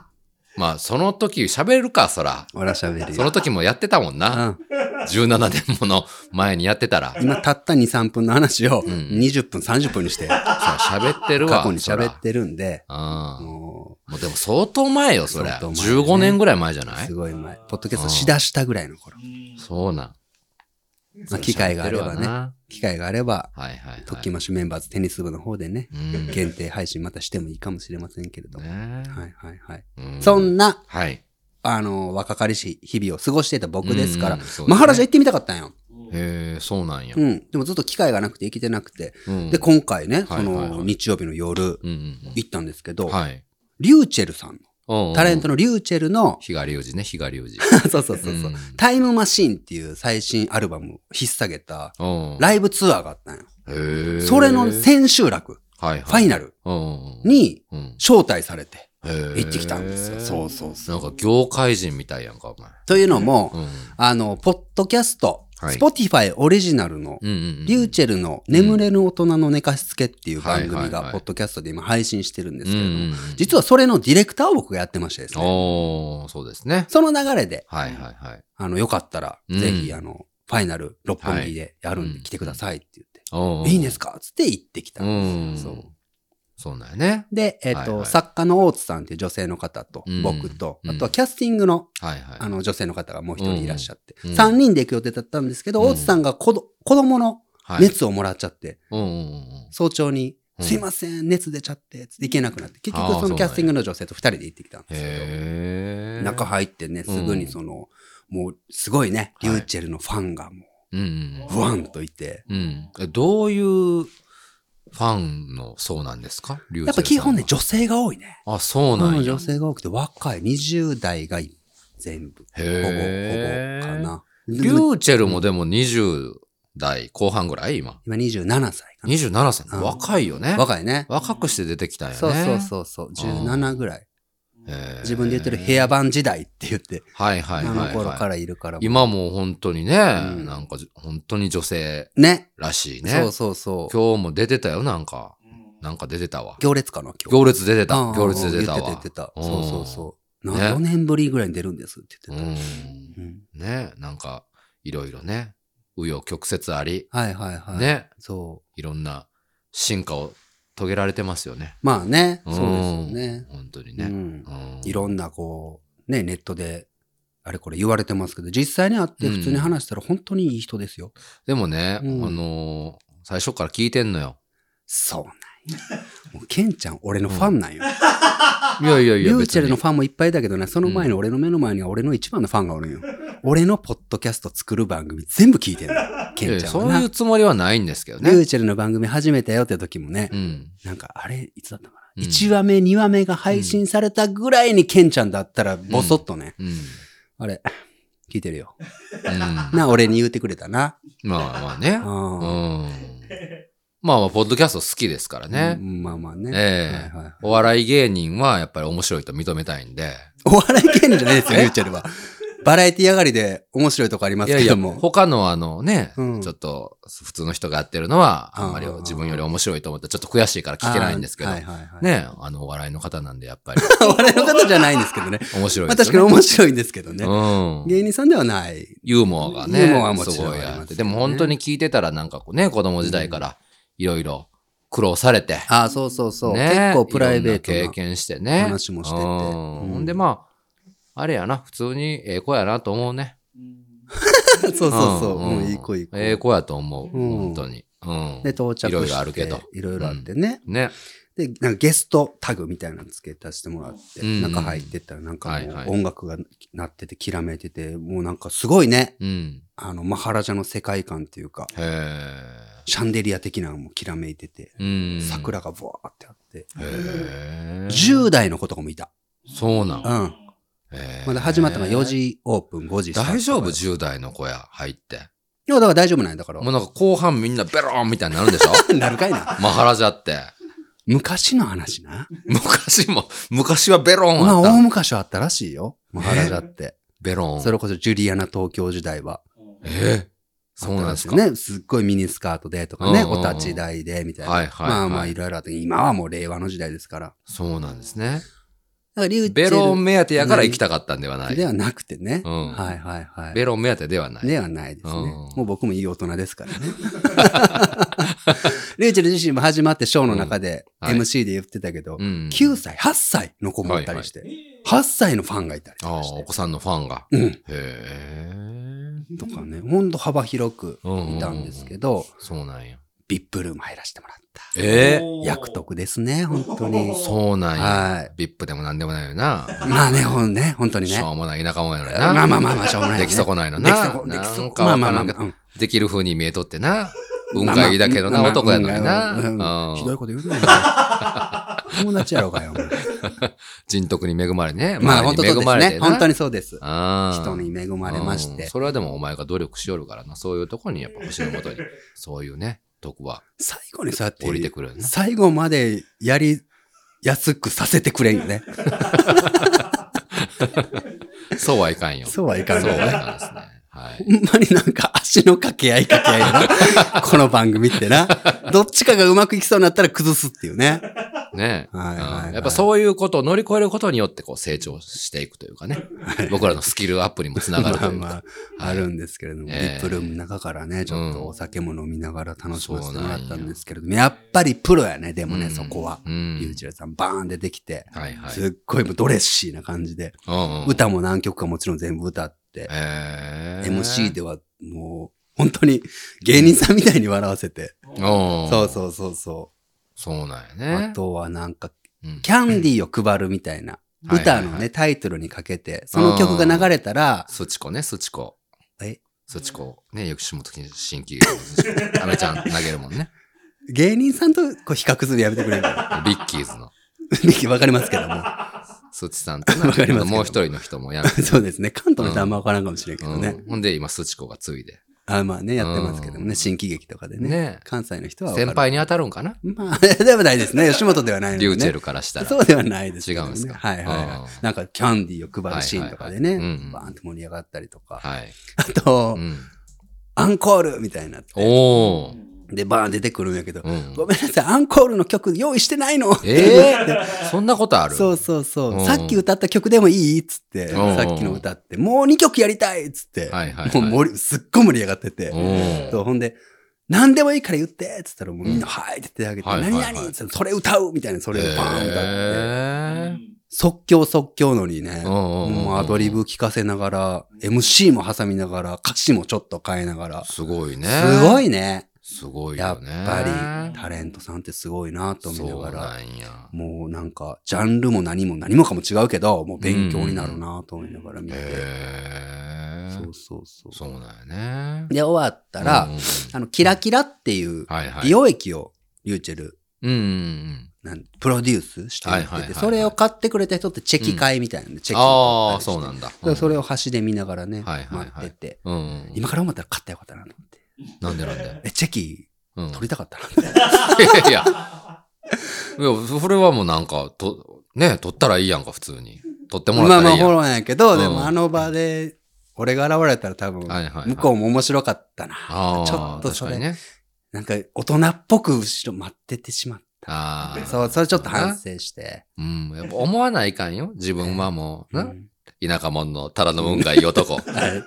まあ、その時喋るか、そら。俺は喋るそよ。の時もやってたもんな。うん。 17年もの前にやってたら。今たった2、3分の話をん20分、30分にして、そう喋ってるわ。 過去にそら喋ってるんで、うん。ももうでも相当前よ、それ。相当前ね15年ぐらい前じゃう、ないすごい前。ポッドキャストしだしたぐらいの頃。うんそうなん。まあ、機会があれば喋ってるわね、な機会があれば、はいはい、はい。トッキマッシュメンバーズテニス部の方でね、うん。ね限定配信またしてもいいかもしれませんけれども。はいはいはい。うんそんな、はい。あの、若かりしい日々を過ごしてた僕ですからうんうんそうですねマハラジャ行ってみたかったんよ。へえ、そうなんや。うん。でもずっと機会がなくて行けてなくて。うんで、今回ね、そはいはいはのい日曜日の夜うんうん行ったんですけうどん。、はい。リューチェルさんうんうんの、タレントのリューチェル の日がりうじね、日がりうじ。 そうそうそうそう、うんタイムマシーンっていう最新アルバムを引っ提げたうん。ライブツアーがあったんよ。へえ。それの千秋楽、はいはい。ファイナルうんうんうん。にうん。招待されて行行ってきたんですよ。そうそうそう。なんか業界人みたいやんか、お前。というのも、うん。あの、ポッドキャスト、はいスポティファイオリジナルの、うんうんうん。リューチェルの眠れぬ大人の寝かしつけっていう番は組いはいはが、いポッドキャストで今配信してるんですけれどうんうんうもん、実はそれのディレクターを僕がやってましてですね、おー、そうですね。その流れで、はいはいはい。あの、よかったら、うんぜひ、あの、ファイナル六本木でやるんはでい来てくださいって言って、おーいいんですかつって行ってきたうんん。ですそよ。うそう。そうなんやね。で、えっ、と、はいはい作家の大津さんっていう女性の方とう、ん僕と、うんあとはキャスティングの、はいはい。あの、女性の方がもう一人いらっしゃって、うんうん三3人で行く予定だったんですけど、うん大津さんが子ど子供のはい。熱をもらっちゃって、うんうんうん。早朝に、うんすいません、熱出ちゃって、つって行けなくなって、結あー局そのキャスティングの女性と2人で行ってきたんですけへど、え。中入ってね、すぐにその、もう、すごいね、リはいューチェルのファンがもうんう、ブワンといて、うん。うん。えどういうファンの層なんですかリュウやっぱ基本ね、女女性が多いね。あ、そうなうんんや。女性が多くて、若い、20代が全部、ほぼ、ほぼへーかな。リューチェルもでも20代後半ぐらい今。今27歳かな。 27歳。うん若いよね。若いね。若くして出てきたんやね。そうそうそうそう、17ぐらい。へー自分で言ってる部屋版時代って言って、はいはあいはい、のはい。頃からいるから。今もう本当にね、んなんかじ本当に女性ね。らしいね。そうそうそう。今日も出てたよ、なんか。うん なんか出てたわ。行列かな、今日。行列出てたあ。あ行列出てたわ。言ってた、言ってた。そうそううそう。ね4年ぶりぐらいに出るんですって言ん。ってた。うんうんね、なんか、いろいろね、紆余曲折あり、はいはいはい。。ね、そいろんな進化を遂げられてますよね。う。まあね、そんうですよね。本当にうね。んう。んいろんなこう、ね、ネットで、あれこれ言われてますけど、実際に会って普通に話したら本当にいい人ですよ。でもね、うんあのー最初から聞いてんのよ。そうなん や。もうケンちゃん俺のファンなんよ。いやいやいリや、ューチェルの別ファンもいっぱいだけどね、その前に俺の目の前には俺の一番のファンがおるんよ。俺のポッドキャスト作る番組全部聞いてるの。ケに いンやいちやゃんそはうな。いうつもりはないんですけどリュね。ーチェルの番組始めたよって時もね、うん。なんかあれ、いつだったかうな。ん1話目、2話目が配信されたぐらいにケンちゃんだったら、ボソッとね、うん。うん。あれ、聞いてるよ。ま あな、俺に言ってくれたな。まあねう。うんん。まあまあ、ポッドキャスト好きですからうね。んまあまあね。ええはいはいお笑い芸人はやっぱり面白いと認めたいんで。お笑い芸人じゃないですよ、リューチェルは。バラエティ上がりで面白いとこありまいすやけいや、ども。他のあのね、うんちょっと普通の人がやってるのは、あんまりあー自分より面白いと思って、ちょっと悔しいから聞けないんですけどあー。はい はいはい。ね、あのお笑いの方なんでやっぱりお笑いの方じゃないんですけどね。面白いまあです確かによね。面白いんですけどね。うん。芸人さんではない。ユーモアがね、ユーモアはもちすろんごいありあまっすて。よねでも本当に聞いてたらなんかこうね、子供時代からいろいろ苦労されて、ああ、そうそうそう。ね、結構プライベートいろんなな経。験してね。話もしててうんうんほんでまあ、あれやな、普通にええ子やなと思うね。 そうそうそう。んうん、いい子いい子。ええ子やと思う、うん本当に。うん。で、到着して。いろいろあるけどいろいろあってね。ね。で、なんかゲストタグみたいなの付け足してもらって、うん中入ってったらなんかもうはいはい音楽が鳴ってて、きらめいてて、もうなんかすごいね。うん。あの、マハラジャの世界観っていうか、へシャンデリア的なのもきらめいてて、え。うん。。桜がブワーってあって、へえ。 10代の子とかもいた。そうなのう。ん。へーまだ始まったのが4時オープン、5時スタート大丈夫い ?10 代の子や、入って。や、だから大丈夫なんやだからも。うなんか後半みんなベローンみたいになるんでし ょなるかいな。マハラジャって。昔の話な。昔も、昔はベローンまあ、あった大。昔はあったらしいよ。マハラジャって。ベローン。それこそジュリアナ東京時代は。ええそうなんですか。ね。すっごいミニスカートでとかね、うんうんうんお立ち台でみたいな。はいはいはいまあまあ、いろいろあって、今はもう令和の時代ですから。だそうなんですね。からリュウチェベルローン目当てやから行きたかったんではない。ではなくてね。うんはいはいはい。ベローン目当てではない。ではないですね。うんもう僕もいい大人ですからね。 レイチェル自身も始まってショーの中でうんはい MC で言ってたけど、うん。 9歳、8歳の子もいたりして、8歳のファンがいたりとああ、かしおて、子さんのファンが。うんへえ。とかね、ほんと幅広くいたんですけど、そうなんや。ビップルーム入らせてもらった。ええ役得ですね、本当に。そうなんや。はい。ビップでもなんでもないよな。まあね、ほんね、本当にしね。ょうもない田舎もんやのにな。まあまあまあまあ、しょうもない、ね。でき損ないのできな。そできそなんかまあわまかあまらあんけどまあ、うんできる風に見えとってな。運がいいだけどな、男やのにうんな。ひどういんこと言うな よ友達やろうがよ。お前人徳に恵まれね。まあ周本当りそうに恵でますれてね。な。本当にそうです。あー。人に恵まれましうんて。それはでもお前が努力しよるからな。そういうとこにやっぱ星のもとに、 そういうね、徳は最後にそうやって降りてくるよな。最後までやりやすくさせてくれんよね。そうはいかんよ。そうはいかんそようはいね。かんですね。はい。ほんまになんか足の掛け合い掛け合いだな。この番組ってな。どっちかがうまくいきそうになったら崩すっていうね。ね、はいはいはいうんやっぱそういうことを乗り越えることによってこう成長していくというかね。僕らのスキルアップにもつながると まいあうか。まあ、あるんですけれども、リええップルームの中からね、ちょっうんとお酒も飲みながら楽しませてもらったんですけれども、そうなんややっぱりプロやね、でもうね、んそこは。うんゆうちらさんバーン出てきて、はいはい。すっごいもうドレッシーな感じで、うんうん歌も何曲かもちろん全部歌って、えー MC ではもう本当に芸人さんみたいに笑わせて、おそうう。そうそうそそうなんう、やね。あとはなんかうん、キャンディーを配るみたいな、うん歌のはいはいはねいタイトルにかけてその曲が流れたらスチコね、スチコ。えスチコ。ね、よく下本新規アメちゃん投げるもん ね。芸人さんとこう比較するやめてくれるビッキーズの。わかりますけど もスチさんとなわかりますけどもう一人の人もやめて。そうですね関東の人はあんまわからんかもしれんけどね、うんほんで今、スチコがついで。あまあねやってますけどもうんね新喜劇とかでねね関西の人はわかる先輩に当たるんかなまあ ではないですね吉本ではないので、リね、ューチェルからしたら。そうではないですけどね、違うんですかはいはいうんはい。なんかキャンディーを配るシーンとかではね、いはいはいうんバーンって盛り上がったりとか、はい。あと、うん。アンコールみたいになって、おー。で、バーン出てくるんやけど、うんごめんなさい、アンコールの曲用意してないのええそんなことあるそうそうそう、うんさっき歌った曲でもいいっつって、うんさっきの歌って、もう2曲やりたいっつって、はいはいはいもう盛りすっごい盛り上がってて、うんそうほんで、何でもいいから言ってっつったら、もうみんな、はいって手挙げて、はいはいはい何々っつって、それ歌うみたいな、それをバーン歌って、え即興即興のにね、うんうんうんうんもうアドリブ聞かせながら、MC も挟みながら、歌詞もちょっと変えながら、えすごいね。すごいね。すごいやっよね。ぱり、タレントさんってすごいなと思いなそがうらな。んや。もうなんか、ジャンルも何も何もかも違うけど、もう勉強になるなと思いながら見て。へえそうそうそう。そうなんやね。で、終わったら、うんうんあの、キラキラっていうはいはい。美容液を、リューチェル、うんうんうん。なんプロデュースしてやってて、はいはいはいはいそれを買ってくれた人ってチェキ会みたいなんで、チェキああ、買そっうたりしてなんだ。だからそれを。を端で見ながらね、はいはいはい待ってて。うんうん。今から思ったら買ったらよかったなと思って。なんでなんで。え、チェキうん。い取りたかったな。やいや。いや、それはもうなんか、と、ね、取ったらいいやんか、普通に。取ってもまらあったまあらいいやフォん。ローなんやけど、でうんもあの場で、俺が現れたら多分はいはいは、い向こうも面白かったな。ああ、ちょっとそれ確かにね。なんか大人っぽく後ろ待っててしまっあた。あ。そう、それちょっと反省して。うん。やっぱ思わないかんよ。自分はもう、うなん田舎者のただの運がい い男。はい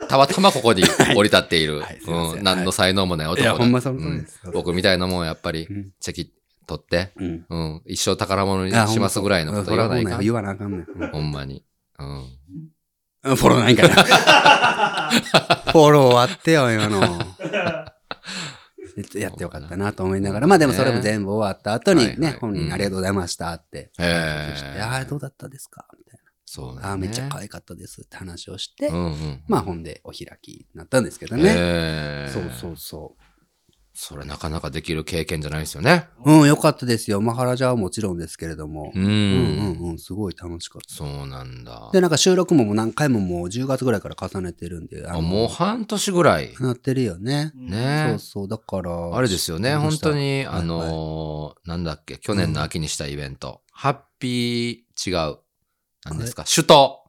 たまたまここに降り立っている。はいすいませんうん。何の才能もない男いだや、ほんまその通うりんです。僕みたいなもんやっぱりうん、チェキ取って、うん。うん。一生宝物にしますぐらいのこと言わないかそれはもうん言わなあかんねん。ほんまに。うん。うん フォローないんかな。フォローあってよ、今の。 やってよかったなと思いながら。まあでもそれも全部終わった後はにいはねい、本人にありがとうございましたって。へしてえ。ああ、どうだったですかみたいそうな。ああ、めっちゃ可い愛かったですって話をしてう、んうん。まあ本でお開きになったんですけどね。ねそうそう。そそれなかなかできる経験じゃないですよね。う。うん、よかったですよ。マハラジャはもちろんですけれども。ううんん。うんうん、すごい楽しかった。そうなんだで、。なんか収録ももう何回ももう10月ぐらいから重ねてるんで、ああのもう半年ぐらい。なってるよね。ねそうそう、だから。あれですよね、本当。に、はいあのーなんだっけ、去年の秋にしたイベント。ハッピー、違う。何ですか、首都。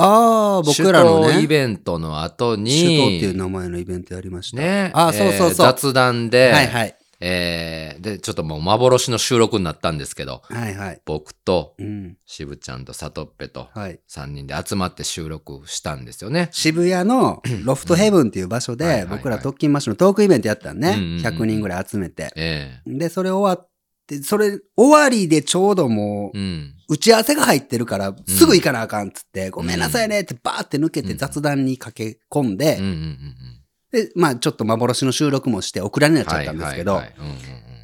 ああ、僕らの首都イね、ベントの後に、首都っていう名前のイベントやりました。ね、あそうそうそうえー雑談で、はいはい。えーで、ちょっともう幻の収録になったんですけど、はいはい。僕と、うん。しぶちゃんとさとっぺと、はい。 3人で集まって収録したんですよね。渋谷のロフトヘブンっていう場所うんはいでは、いはい僕ら特勤マッシュのトークイベントやったんね。うんうんうん100人ぐらい集めて。えで、それ終わって、それ終わりでちょうどもえうん。う、打ち合わせが入ってるから、すぐ行かなあかんっつって、ごめんなさいねってバーって抜けてうん雑談に駆け込んで、うんうんうんで、まあちょっと幻の収録もして遅れにう。なんっちゃったんですけど、はいはいはいうんうんうん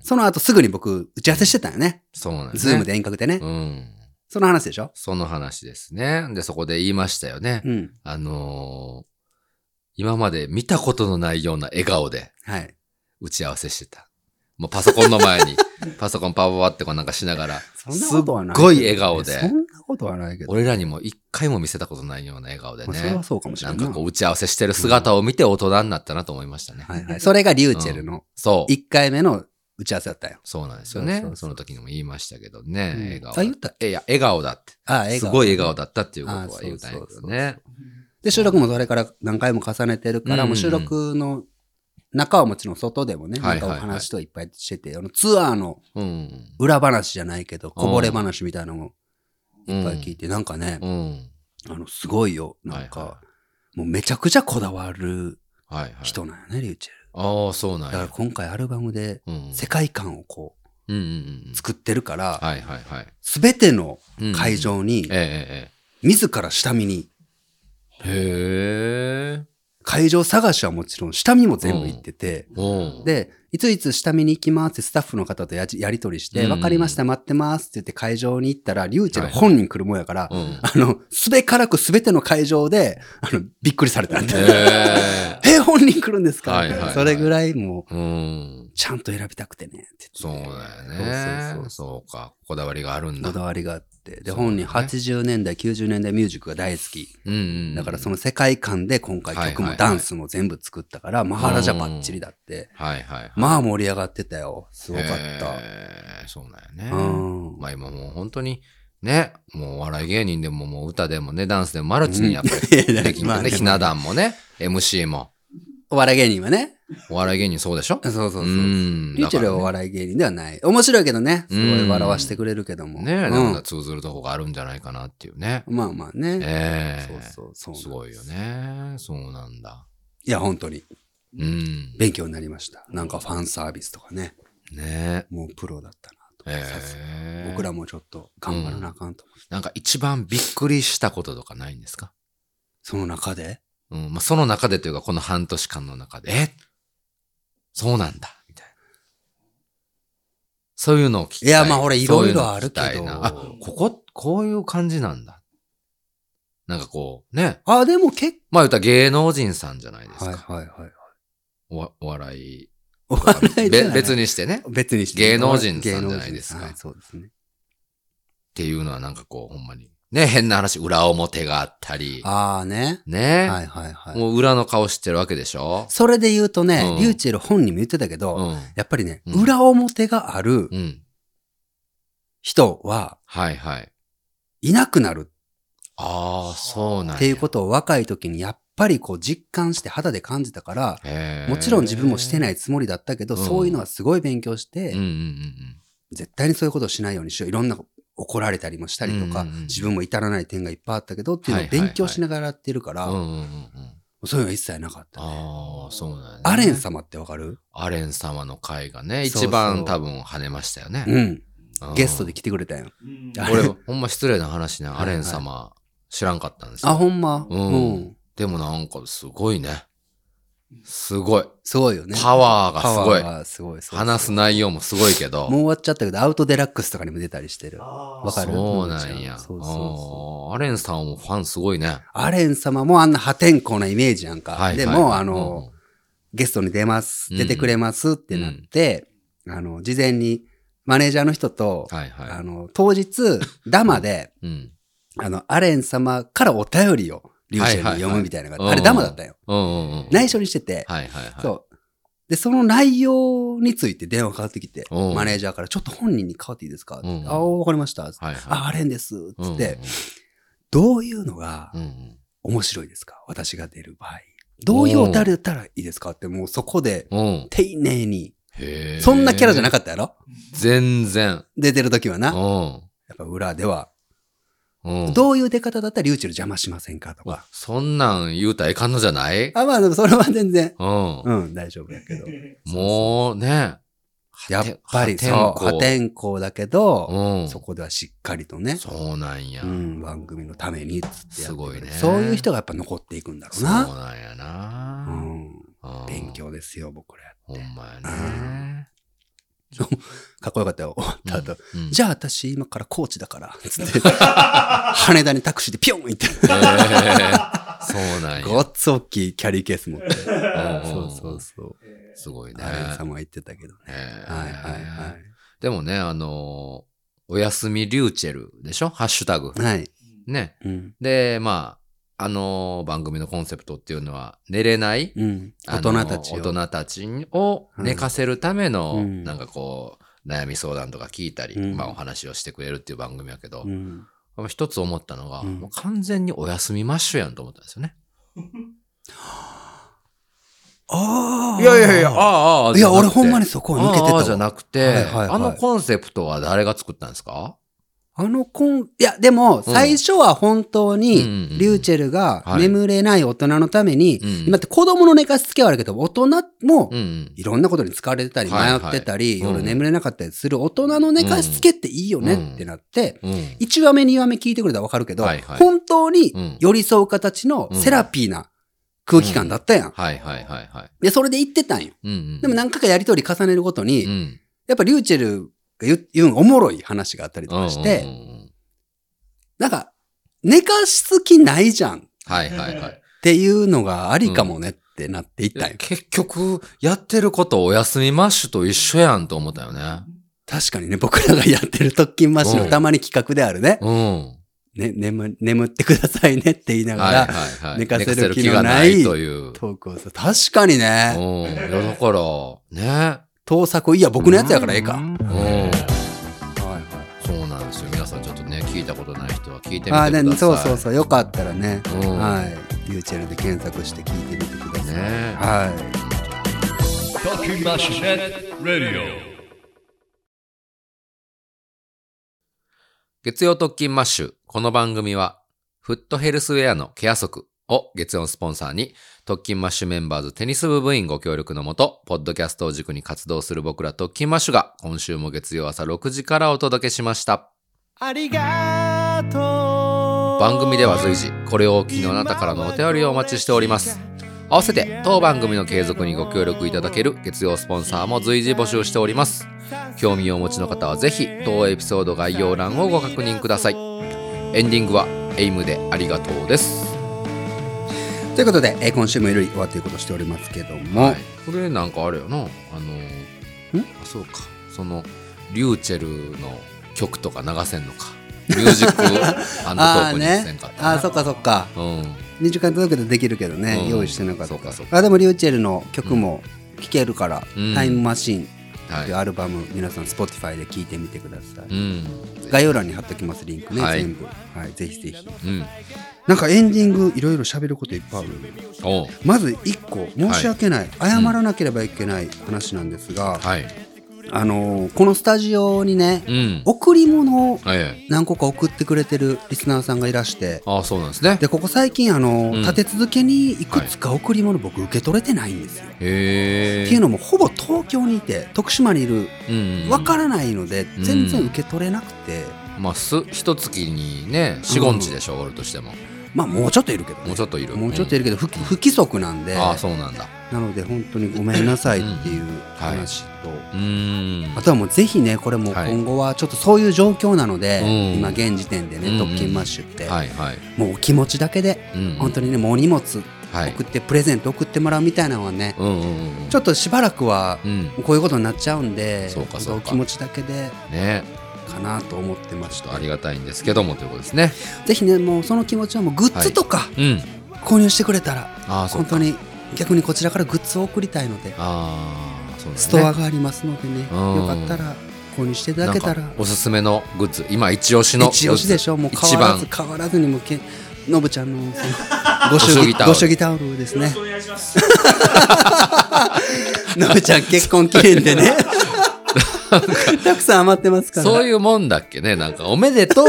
その後すぐに僕、打ち合わせしてたよね。そうなんですズね。ームで遠隔でね。うん。その話でしょその話ですね。で、そこで言いましたよね。うん。あのー今まで見たことのないような笑顔ではい。打ち合わせしてた。もうパソコンの前 に、パソコンパワパワってこうなんかしながら、そんなことはない。すっごい笑顔でそんなことはないけど。俺らにも一回も見せたことないような笑顔でまあそれねは。そうかもしれななんいかこう打ち合わせしてる姿を見て大人になったなと思いましたね。はいはい。それがリューチェルのそう。 1回目の打ち合わせだったよ。そうなんですよそねうそうそうその時にも言いましたけどね。うん笑顔あ言ったっいや、笑顔だって。ああ、笑す顔。ごい笑顔だったっていうことは言うたんやあけそうそうそどうね。で、収録もそれから何回も重ねてるから、うんもう収録の中はもちろん外でもね、はないんはかいおはい話といっぱいしてて、あのツアーのうん。裏話じゃないけど、こぼれ話みたいなのもいっぱい聞いて、なんかね、うん。あの、すごいよ。なんはいはか、もうめちゃくちゃこだわるはいはい。人なんやね、リューチェル。ああ、そうなんだからや。今回アルバムでうん。世界観をこうんうんうんう。作ってるから、はいはいはい。すべてのうん会。場にえ、え自ら下見に、ええ。へえ。会場探しはもちろん下見も全部行ってて、おう、で、いついつ下見に行きますってスタッフの方とやじやり取りして、うんわかりました、待ってますって言って会場に行ったら、リューチェル本人来るもんやからう、ん。あの、すべからくすべての会場で、あの、びっくりされたんへで。え。 え、本人来るんですかはいはいはいそれぐらいもう、うん。ちゃんと選びたくてねってそう言っだてよね。そうそそううそうか。こだわりがあるんだこ。だわりがあって。で、そうだね本人80年代、90年代ミュージックが大好き。うんうん。だからその。の世界観で今回はい曲はもいはいダンスも全部作ったから、マハラジャバッチリだって。はいはいはい。まあ盛り上がってたよ。すごかっへえそうだた。ようね。ん。まあ今もう本当に、ね、もうお笑い芸人で ももう歌でもね、ダンスでもマルチにやっぱりいやいやできまあてねね、ひな壇もね、MC も。お笑い芸人はね。お笑い芸人そうでしょそうそうそうう。ん。リューチェルはおだか笑い芸人ではない。面白いけどね。すごういん笑わしてくれるけども。らねねえ、うんなんか通ずるとこがあるんじゃないかなっていうね。まあまあね。ええそうそうそうなんですすごいよね。そうなんだ。いや、本当に。うん。ね勉強になりました。なんかファンサービスとかね。え。もうプロだったなと。えさすがえ僕らもちょっと頑張らなあかんと思って。なんか一番びっくりしたこととかないんですかその中でうん。まあ、その中でというか、この半年間の中で、えそうなんだみたいな。そういうのを聞きたい。いやまあ俺いろいろそううの聞きたいなあるけどあ、ここ、こういう感じなんだ。なんかこう、ね。あ、でも結まあ言ったら芸能人さんじゃないです構。か。はいはいはい。おわお笑い。お笑いじゃべない別。にしてね。っ別にして。芸能人さんじゃないですか芸能人はい、そうですね。ていうのはなんかこう、ほんまに。ね、変な話、裏表があったり。ああね。ね、はいはいはい。もう裏の顔知ってるわけでしょそれで言うとねう、んリューチェル本人も言ってたけど、うん。やっぱりね、うん裏表があるうん。人ははいはい。いなくなるああ、そうなんやっていうことを若い時にやっぱりこう実感して肌で感じたから、へーもちろん自分もしてないつもりだったけど、うんそういうのはすごい勉強しうんうて、んうん絶対にそういうことをしないようにしよう。いろんな怒られたりもしたりとかうんうんうん、自分も至らない点がいっぱいあったけどっていうのをはいはいはい勉強しながらやってるかうん。うんら、うんうんうん。そういうのは一切なかったね。ああ、そうなんやね。アレン様ってわかるアレン様の回がね、そうそう一番多分跳ねましたよね。うん。うんゲストで来てくれたよ。うんあれ俺、ほんま失礼な話ね、いはいアレン様知らんかったんですよ。あ、ほんま。うんうん。でもなんかすごいね。すごい。すごいよね。パワーがすごいパワーがすごい。そう話す内容もすごいけもど。う終わっちゃったけど、アウトデラックスとかにも出たりしてる。あーわかるそうなんや。そうそうそあーアレンさんもファンすごいね。アレン様もあんな破天荒なイメージやんか。はいではいも、あの、、ゲストに出ます、うん出てくれますってなって、あの、事前にマネージャーの人と、うんはいはあい。の、当 日、ダマで、うん。あの、アレン様からお便りを、リュウシェルに読むみたいなのがあって、あれダマだったよ。うんうんうん。内緒にしてて、はいはいはい。そう。で、その内容について電話かかってきて、うんマネージャーから、ちょっと本人に変わっていいですかって、うんああ、わかりました。はいはい。あ、アレンです。つって、うどういうのがんうんうん面白いですか私が出る場合。どういうお便りだったらいいですかって、もうそこでうんうん。丁寧に。へーそんなキャラじゃなかったやろ全然。出てる時はな。うやん。っぱ裏では、うん。どういう出方だったらリューチェル邪魔しませんかとか。そんなん言うたらいかんのじゃないあ、まあ、でもそれは全然、うん。うん、大丈夫だけど。もうね。やっぱりそう、破破天天荒だけ荒ど、うん。そこではしっかりとね、そうなんやう。ん、番組のためにっつってやってくれるすごいねそういう人がやっぱ残っていくんだろうそうな。なんやうな。ん、うん勉。強ですよ、僕ら。ほんまやうんね。かっこよかったよ、終わった後。うんじゃあ私今からコーチだから、つって、羽田にタクシーでピョン行って、へーそうなん ごや。っつ大きいキャリーケース持って。そううんそうそう。 えすごいね。アレン様は言ってたけどね。へーはいはいはでもね、あのーおやすみリューチェルでしょハッシュタグ。い。はい。ーね。うん。で、まあ、あのー番組のコンセプトっていうのは、寝れない、うん。あ大のー人たちを。大人たちを寝かせるための、うんなんかこう、悩み相談とか聞いたり、うんまあお話をしてくれるっていう番組やけどう、ん。一つ思ったのが、うんもう完全にお休みマッシュやんと思ったんですよね。ああ。いやいやいや、ああ、ああ、いや、俺ほんまに抜そこは抜けてたじゃわ。なくて、はいはいはいあのコンセプトは誰が作ったんですかあのコン、いや、でも、最初は本当うんうんうんうに、んリューチェルがはい眠れない大人のために、うん今って子供の寝かしつけはあるけど、大人もうんうん。いろんなことに疲れてたり、は迷いはいってたり、うん夜眠れなかったりする大人の寝かしつけっていいよねってなって、うん。 1話目、2話目聞いてくれたらわかるけどはい、はい本当うにん寄り添う形のセラピーな空気感だったやん。はいはいはいはい。で、それで言ってたんよ。うんうん、でも何回かやりとり重ねるごとうに、ん、やっぱリューチェルが言う言うんおもろい話があったりとかしうんうて、んうんうんなんか、寝かしつきないじゃんっはいはいはい。 ていうのがありかもねってなっていったんよ。結局、やってることお休みマッシュと一緒やんと思ったよね。確かにね、僕らがやってる特勤マッシュのたまに企画であるね。うん。ね、眠、眠ってくださいねって言いながはいら、はいはい。寝かせる寝気のないという。トークをさ、確かにうん。ね、いやだから、ね。盗作、いや、僕のやつやからええか。うん。はいそうなんですよ。皆さんちょっとね、聞いたことない人は聞いてみてくだあさい。ーでそうそうそう、よかったらね、うんはい。ユーチェルで検索して聞いてみてください。ねはい。 Talking Mush Net Radio. 月曜特勤マッシュ。この番組は、フットヘルスウェアのケア足を月曜のスポンサーに、特勤マッシュメンバーズテニス部部員ご協力のもと、ポッドキャストを軸に活動する僕ら特勤マッシュが、今週も月曜朝6時からお届けしました。ありがとう番組では随時、これをお聞きのあなたからのお手りをお待ちしております。合わせて、当番組の継続にご協力いただける月曜スポンサーも随時募集しております。興味をお持ちの方はぜひ、当エピソード概要欄をご確認ください。エンディングは、エイムでありがとうです。ということで、えー今週もいろいろ終わっていくことしておりますけども、はい、これなんかあれよなあのあそうかそのリューチェルの曲とか流せんのかミュー ジックアンドトーあクあにせんねかっ、たなあーそっかそっか、うん2時間届けてできるけどね、うん用意してなかったそうかそうあでもリューチェルの曲も聴けるから、うんタイムマシーン」というはアルバム、皆さん Spotify で聴いてみてください、いうん概要欄に貼っときますリンクね、はい全部、はい、ぜひぜひうんなんかエンディングいろいろ喋ることいっぱいあるおうまず1個申し訳ない、謝らなければいけない話なんですが、はいあのーこのスタジオにね、うん贈り物をええ何個か送ってくれてるリスナーさんがいらしてあそうなんですねでここ最近あの、うん立て続けにいくつか贈り物僕受け取れてないんですよ。へえっていうのもほぼ東京にいて徳島にいるうんわからないので、うん全然受け取れなくて、まあす一月にね四五日でしょおるとしてもまあもうちょっといるけどね、もうちょっといるもうちょっといるけど不規不規則なんでああそうなんだなので本当にごめんなさいっていうはい話と。うんあとはもうぜひねこれもうはい今後はちょっとそういう状況なので、うん今現時点でうんうねん特勤マッシュって、はいはいもうお気持ちだけでうん本当にねもう荷物はい送って、プレゼント送ってもらうみたいなのはね、うんうんうんちょっとしばらくはうんこういうことになっちゃうんで、そうかそうかお気持ちだけでねかなと思ってまちしょっとあたりがたいんですけどもということですね。ぜひねもうその気持ちはもうグッズとかうん。購入してくれたら、ああ、そう本か。当に逆にこちらからグッズを送りたいので、ああ、そうなんですスね。トアがありますのでねようんかったら購入していただけたらなんかおすすめのグッズ、今一押しのグッズ。一押しでしょもう変わらず一変わらずにもうけのぶちゃん のそのごご祝祝儀儀タオルご祝儀タオルですよろね しくお願いします。のぶちゃん結婚記念でね たくさん余ってますか番らそういうもんだっけね。なんか、おめでとう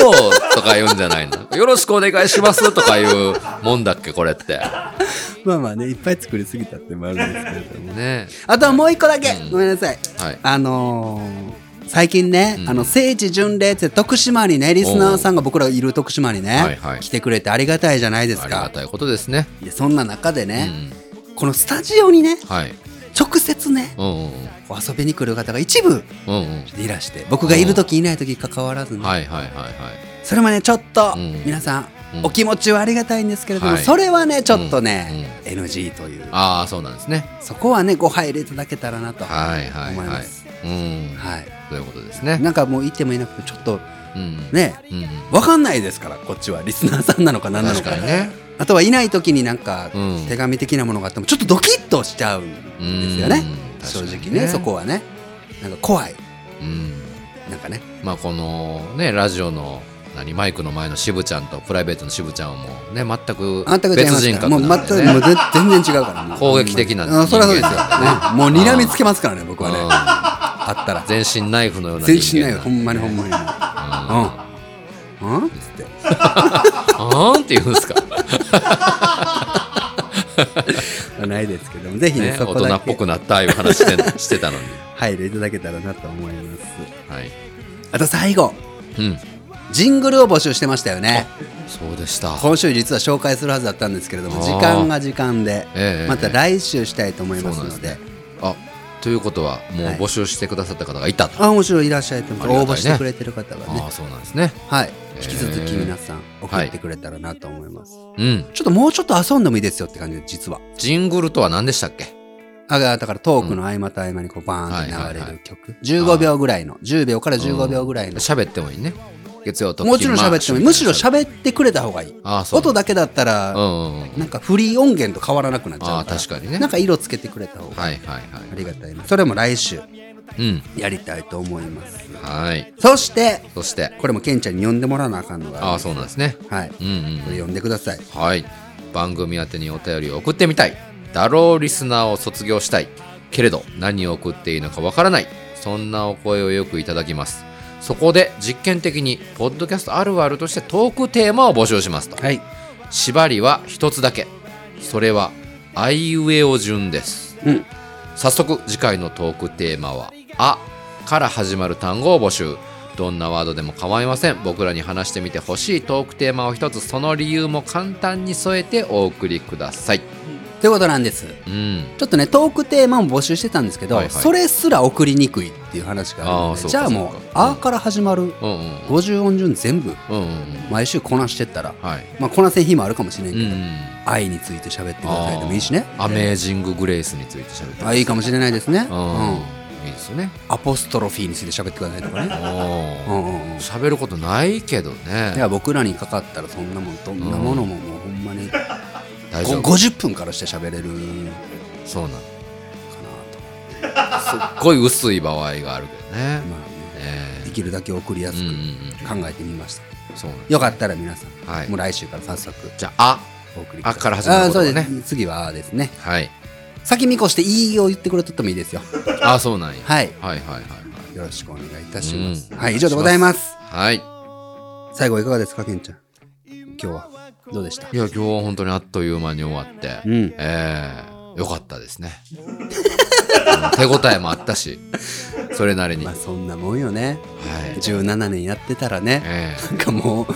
とか言うんじゃないの。よろしくお願いしますとかいうもんだっけ、これって。まあまあねいっぱい作りすぎたってもあるんですけれどもねあとはもう一個だけ、うんごめんなさい。はい。あのー最近ね、うんあの聖地巡礼って徳島にねリスナーさんが僕らいる徳島にね、はいはい来てくれてありがたいじゃないですありがかたいことですね。でそんな中でうね、ん。このスタジオにねはい。直接ねうんうんこう遊びに来る方が一部うん。うんいらして僕がいる時いない時関わらずうん。に、はいはいはいはい。それもねちょっと、うん皆さん、うんお気持ちはありがたいんですけれども、はいそれはねちょっとね、NG というああ、そうなんですね。そこはねご配慮いただけたらなと思いはいはいまはす。い。うん。はいそういうことですね。なんかもう言ってもいなくてちょっとうん。。ねうんうん。わかんないですからこっちはリスナーさんなのか何なの確かかにね。あとはいない時になんかうん手紙的なものがあってもちょっとドキッとしちゃうんですよねうん正確か直にねそこはねなんか怖いうんなんかねまあこのねラジオの何マイクの前の渋ちゃんとプライベートの渋ちゃんはもうね全くあんたが違い別ます人からもう全格なんくでもねうぜ全然違うからもう 攻撃的なあそれはそうですよね人間だもう睨みつけますからね僕はねうんあったら全身ナイフのような全身人ない間よほんまにほんまにうんうんつって あーんって言うんですかないですけどもぜひねねそこ大だけ人っぽくなったいう話してしてたのに配慮いただけたらなと思いますはいあと最後うんジングルを募集してましたよねそうでした今週実は紹介するはずだったんですけれどもあー時間が時間でええまた来週したいと思いますそのうなでんあということはもうはい募集してくださった方がいたと、あ面白いいらっしゃいと思いますあり応が募たいしねてくれてる方があねあそうなんですねはいええ引き続き皆さん送ってくれたらなと思いますうんちょっともうちょっと遊んでもいいですよって感じで実はジングルとは何でしたっけあだからトークの合間と合間にこうバーンうんはっいては流いれはいる曲15秒ぐらいの10秒から15秒ぐらいの喋ってもいいね月曜ともちろん喋ってもいいむしろっ喋ってくれた方がいいああそう音だけだったうらんうんうんなんかフリー音源と変わらなくなっちゃあうあ確かにねなんか色つけてくれた方がはいはいはいありがたいなそれも来週うんやりたいと思いますはいそしてそしてこれもケンちゃんに呼んでもらわなあかんのがああそうなんですねはいこうんうんれ呼んでくださいはい番組宛てにお便りを送ってみたいだろうリスナーを卒業したいけれど何を送っていいのかわからないそんなお声をよくいただきますそこで実験的にポッドキャストあるあるとしてトークテーマを募集しますとはい。縛りは一つだけそれはあいうえお順です、うん早速次回のトークテーマは「あ」から始まる単語を募集どんなワードでも構いません僕らに話してみてほしいトークテーマを一つその理由も簡単に添えてお送りくださいということなんです。うんちょっとね、トークテーマも募集してたんですけど、はいはいそれすら送りにくいっていう話があるあーので、そうかじゃあもうそう、かあーから始まるうんうん50音順全部、うんうんうん毎週こなしてったら、はいまあ、こなせん日もあるかもしれんうけど、ん愛について喋ってくださいでもいいしね。アメージング・グレースについて喋ってあいいかもしれないですね。ううんん、いいですよねアポストロフィーについて喋ってくださいとかね。うおんうんうん喋ることないけどねいや僕らにかかったらそんなもんどんなものももうほんまに大丈ご夫50分からして喋れるそうなのかなと、 すっごい薄い場合があるけどね。まあね、えできるだけ送りやすくうんうん考えてみました、そうなんよかったら皆さん、はいもう来週から早速じゃあ、お送りあから始まるあこそとうだねですね次はあですねあ、はい。先見越して「いい」を言ってくれとってもいいですよあ、そうなんや。はいはいはいはいはい。よろしくお願いいたします、うんはい以上でございますはい。い最後いかがですかけんちゃん今日はどうでしたや、今日は本当にあっという間に終わって、うんええよかったですね。うん手応えもあったし、それなりに。まはあい。そんなもんよね17年やってたらねええなんかもううん。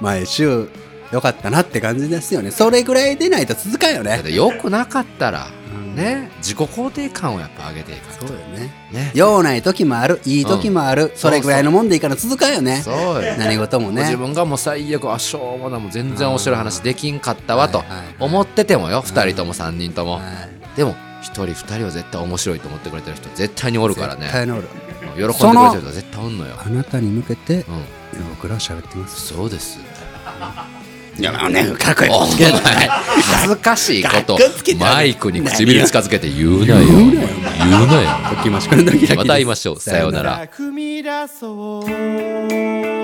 毎週良かったなって感じですよねそれぐらいでないと続かんよだっねて良くなかったら、んね、自己肯定感をやっぱ上げていかそうないよと。ねね。用ない時もあるいい時もある、それぐらいのもんでいいから続かんよねそうよ。何事ももう自ね分がもう最悪あしょうもないもう全然面白い話できんかったわとはいはいはい思っててもよ2人とも3人ともはいでも1人2人は絶対面白いと思ってくれてる人絶対におるから絶ね対のる喜んでくれてる人は絶対おんのよあなたに向けてうん僕らは喋ってますそう ですいやまあねかっこいいお前恥ずかしいことかっこつけてあるマイクに唇近づけて言うなよ言うなよ言うなよ時増しくんだけまた会いましょうさようなら踏み出そう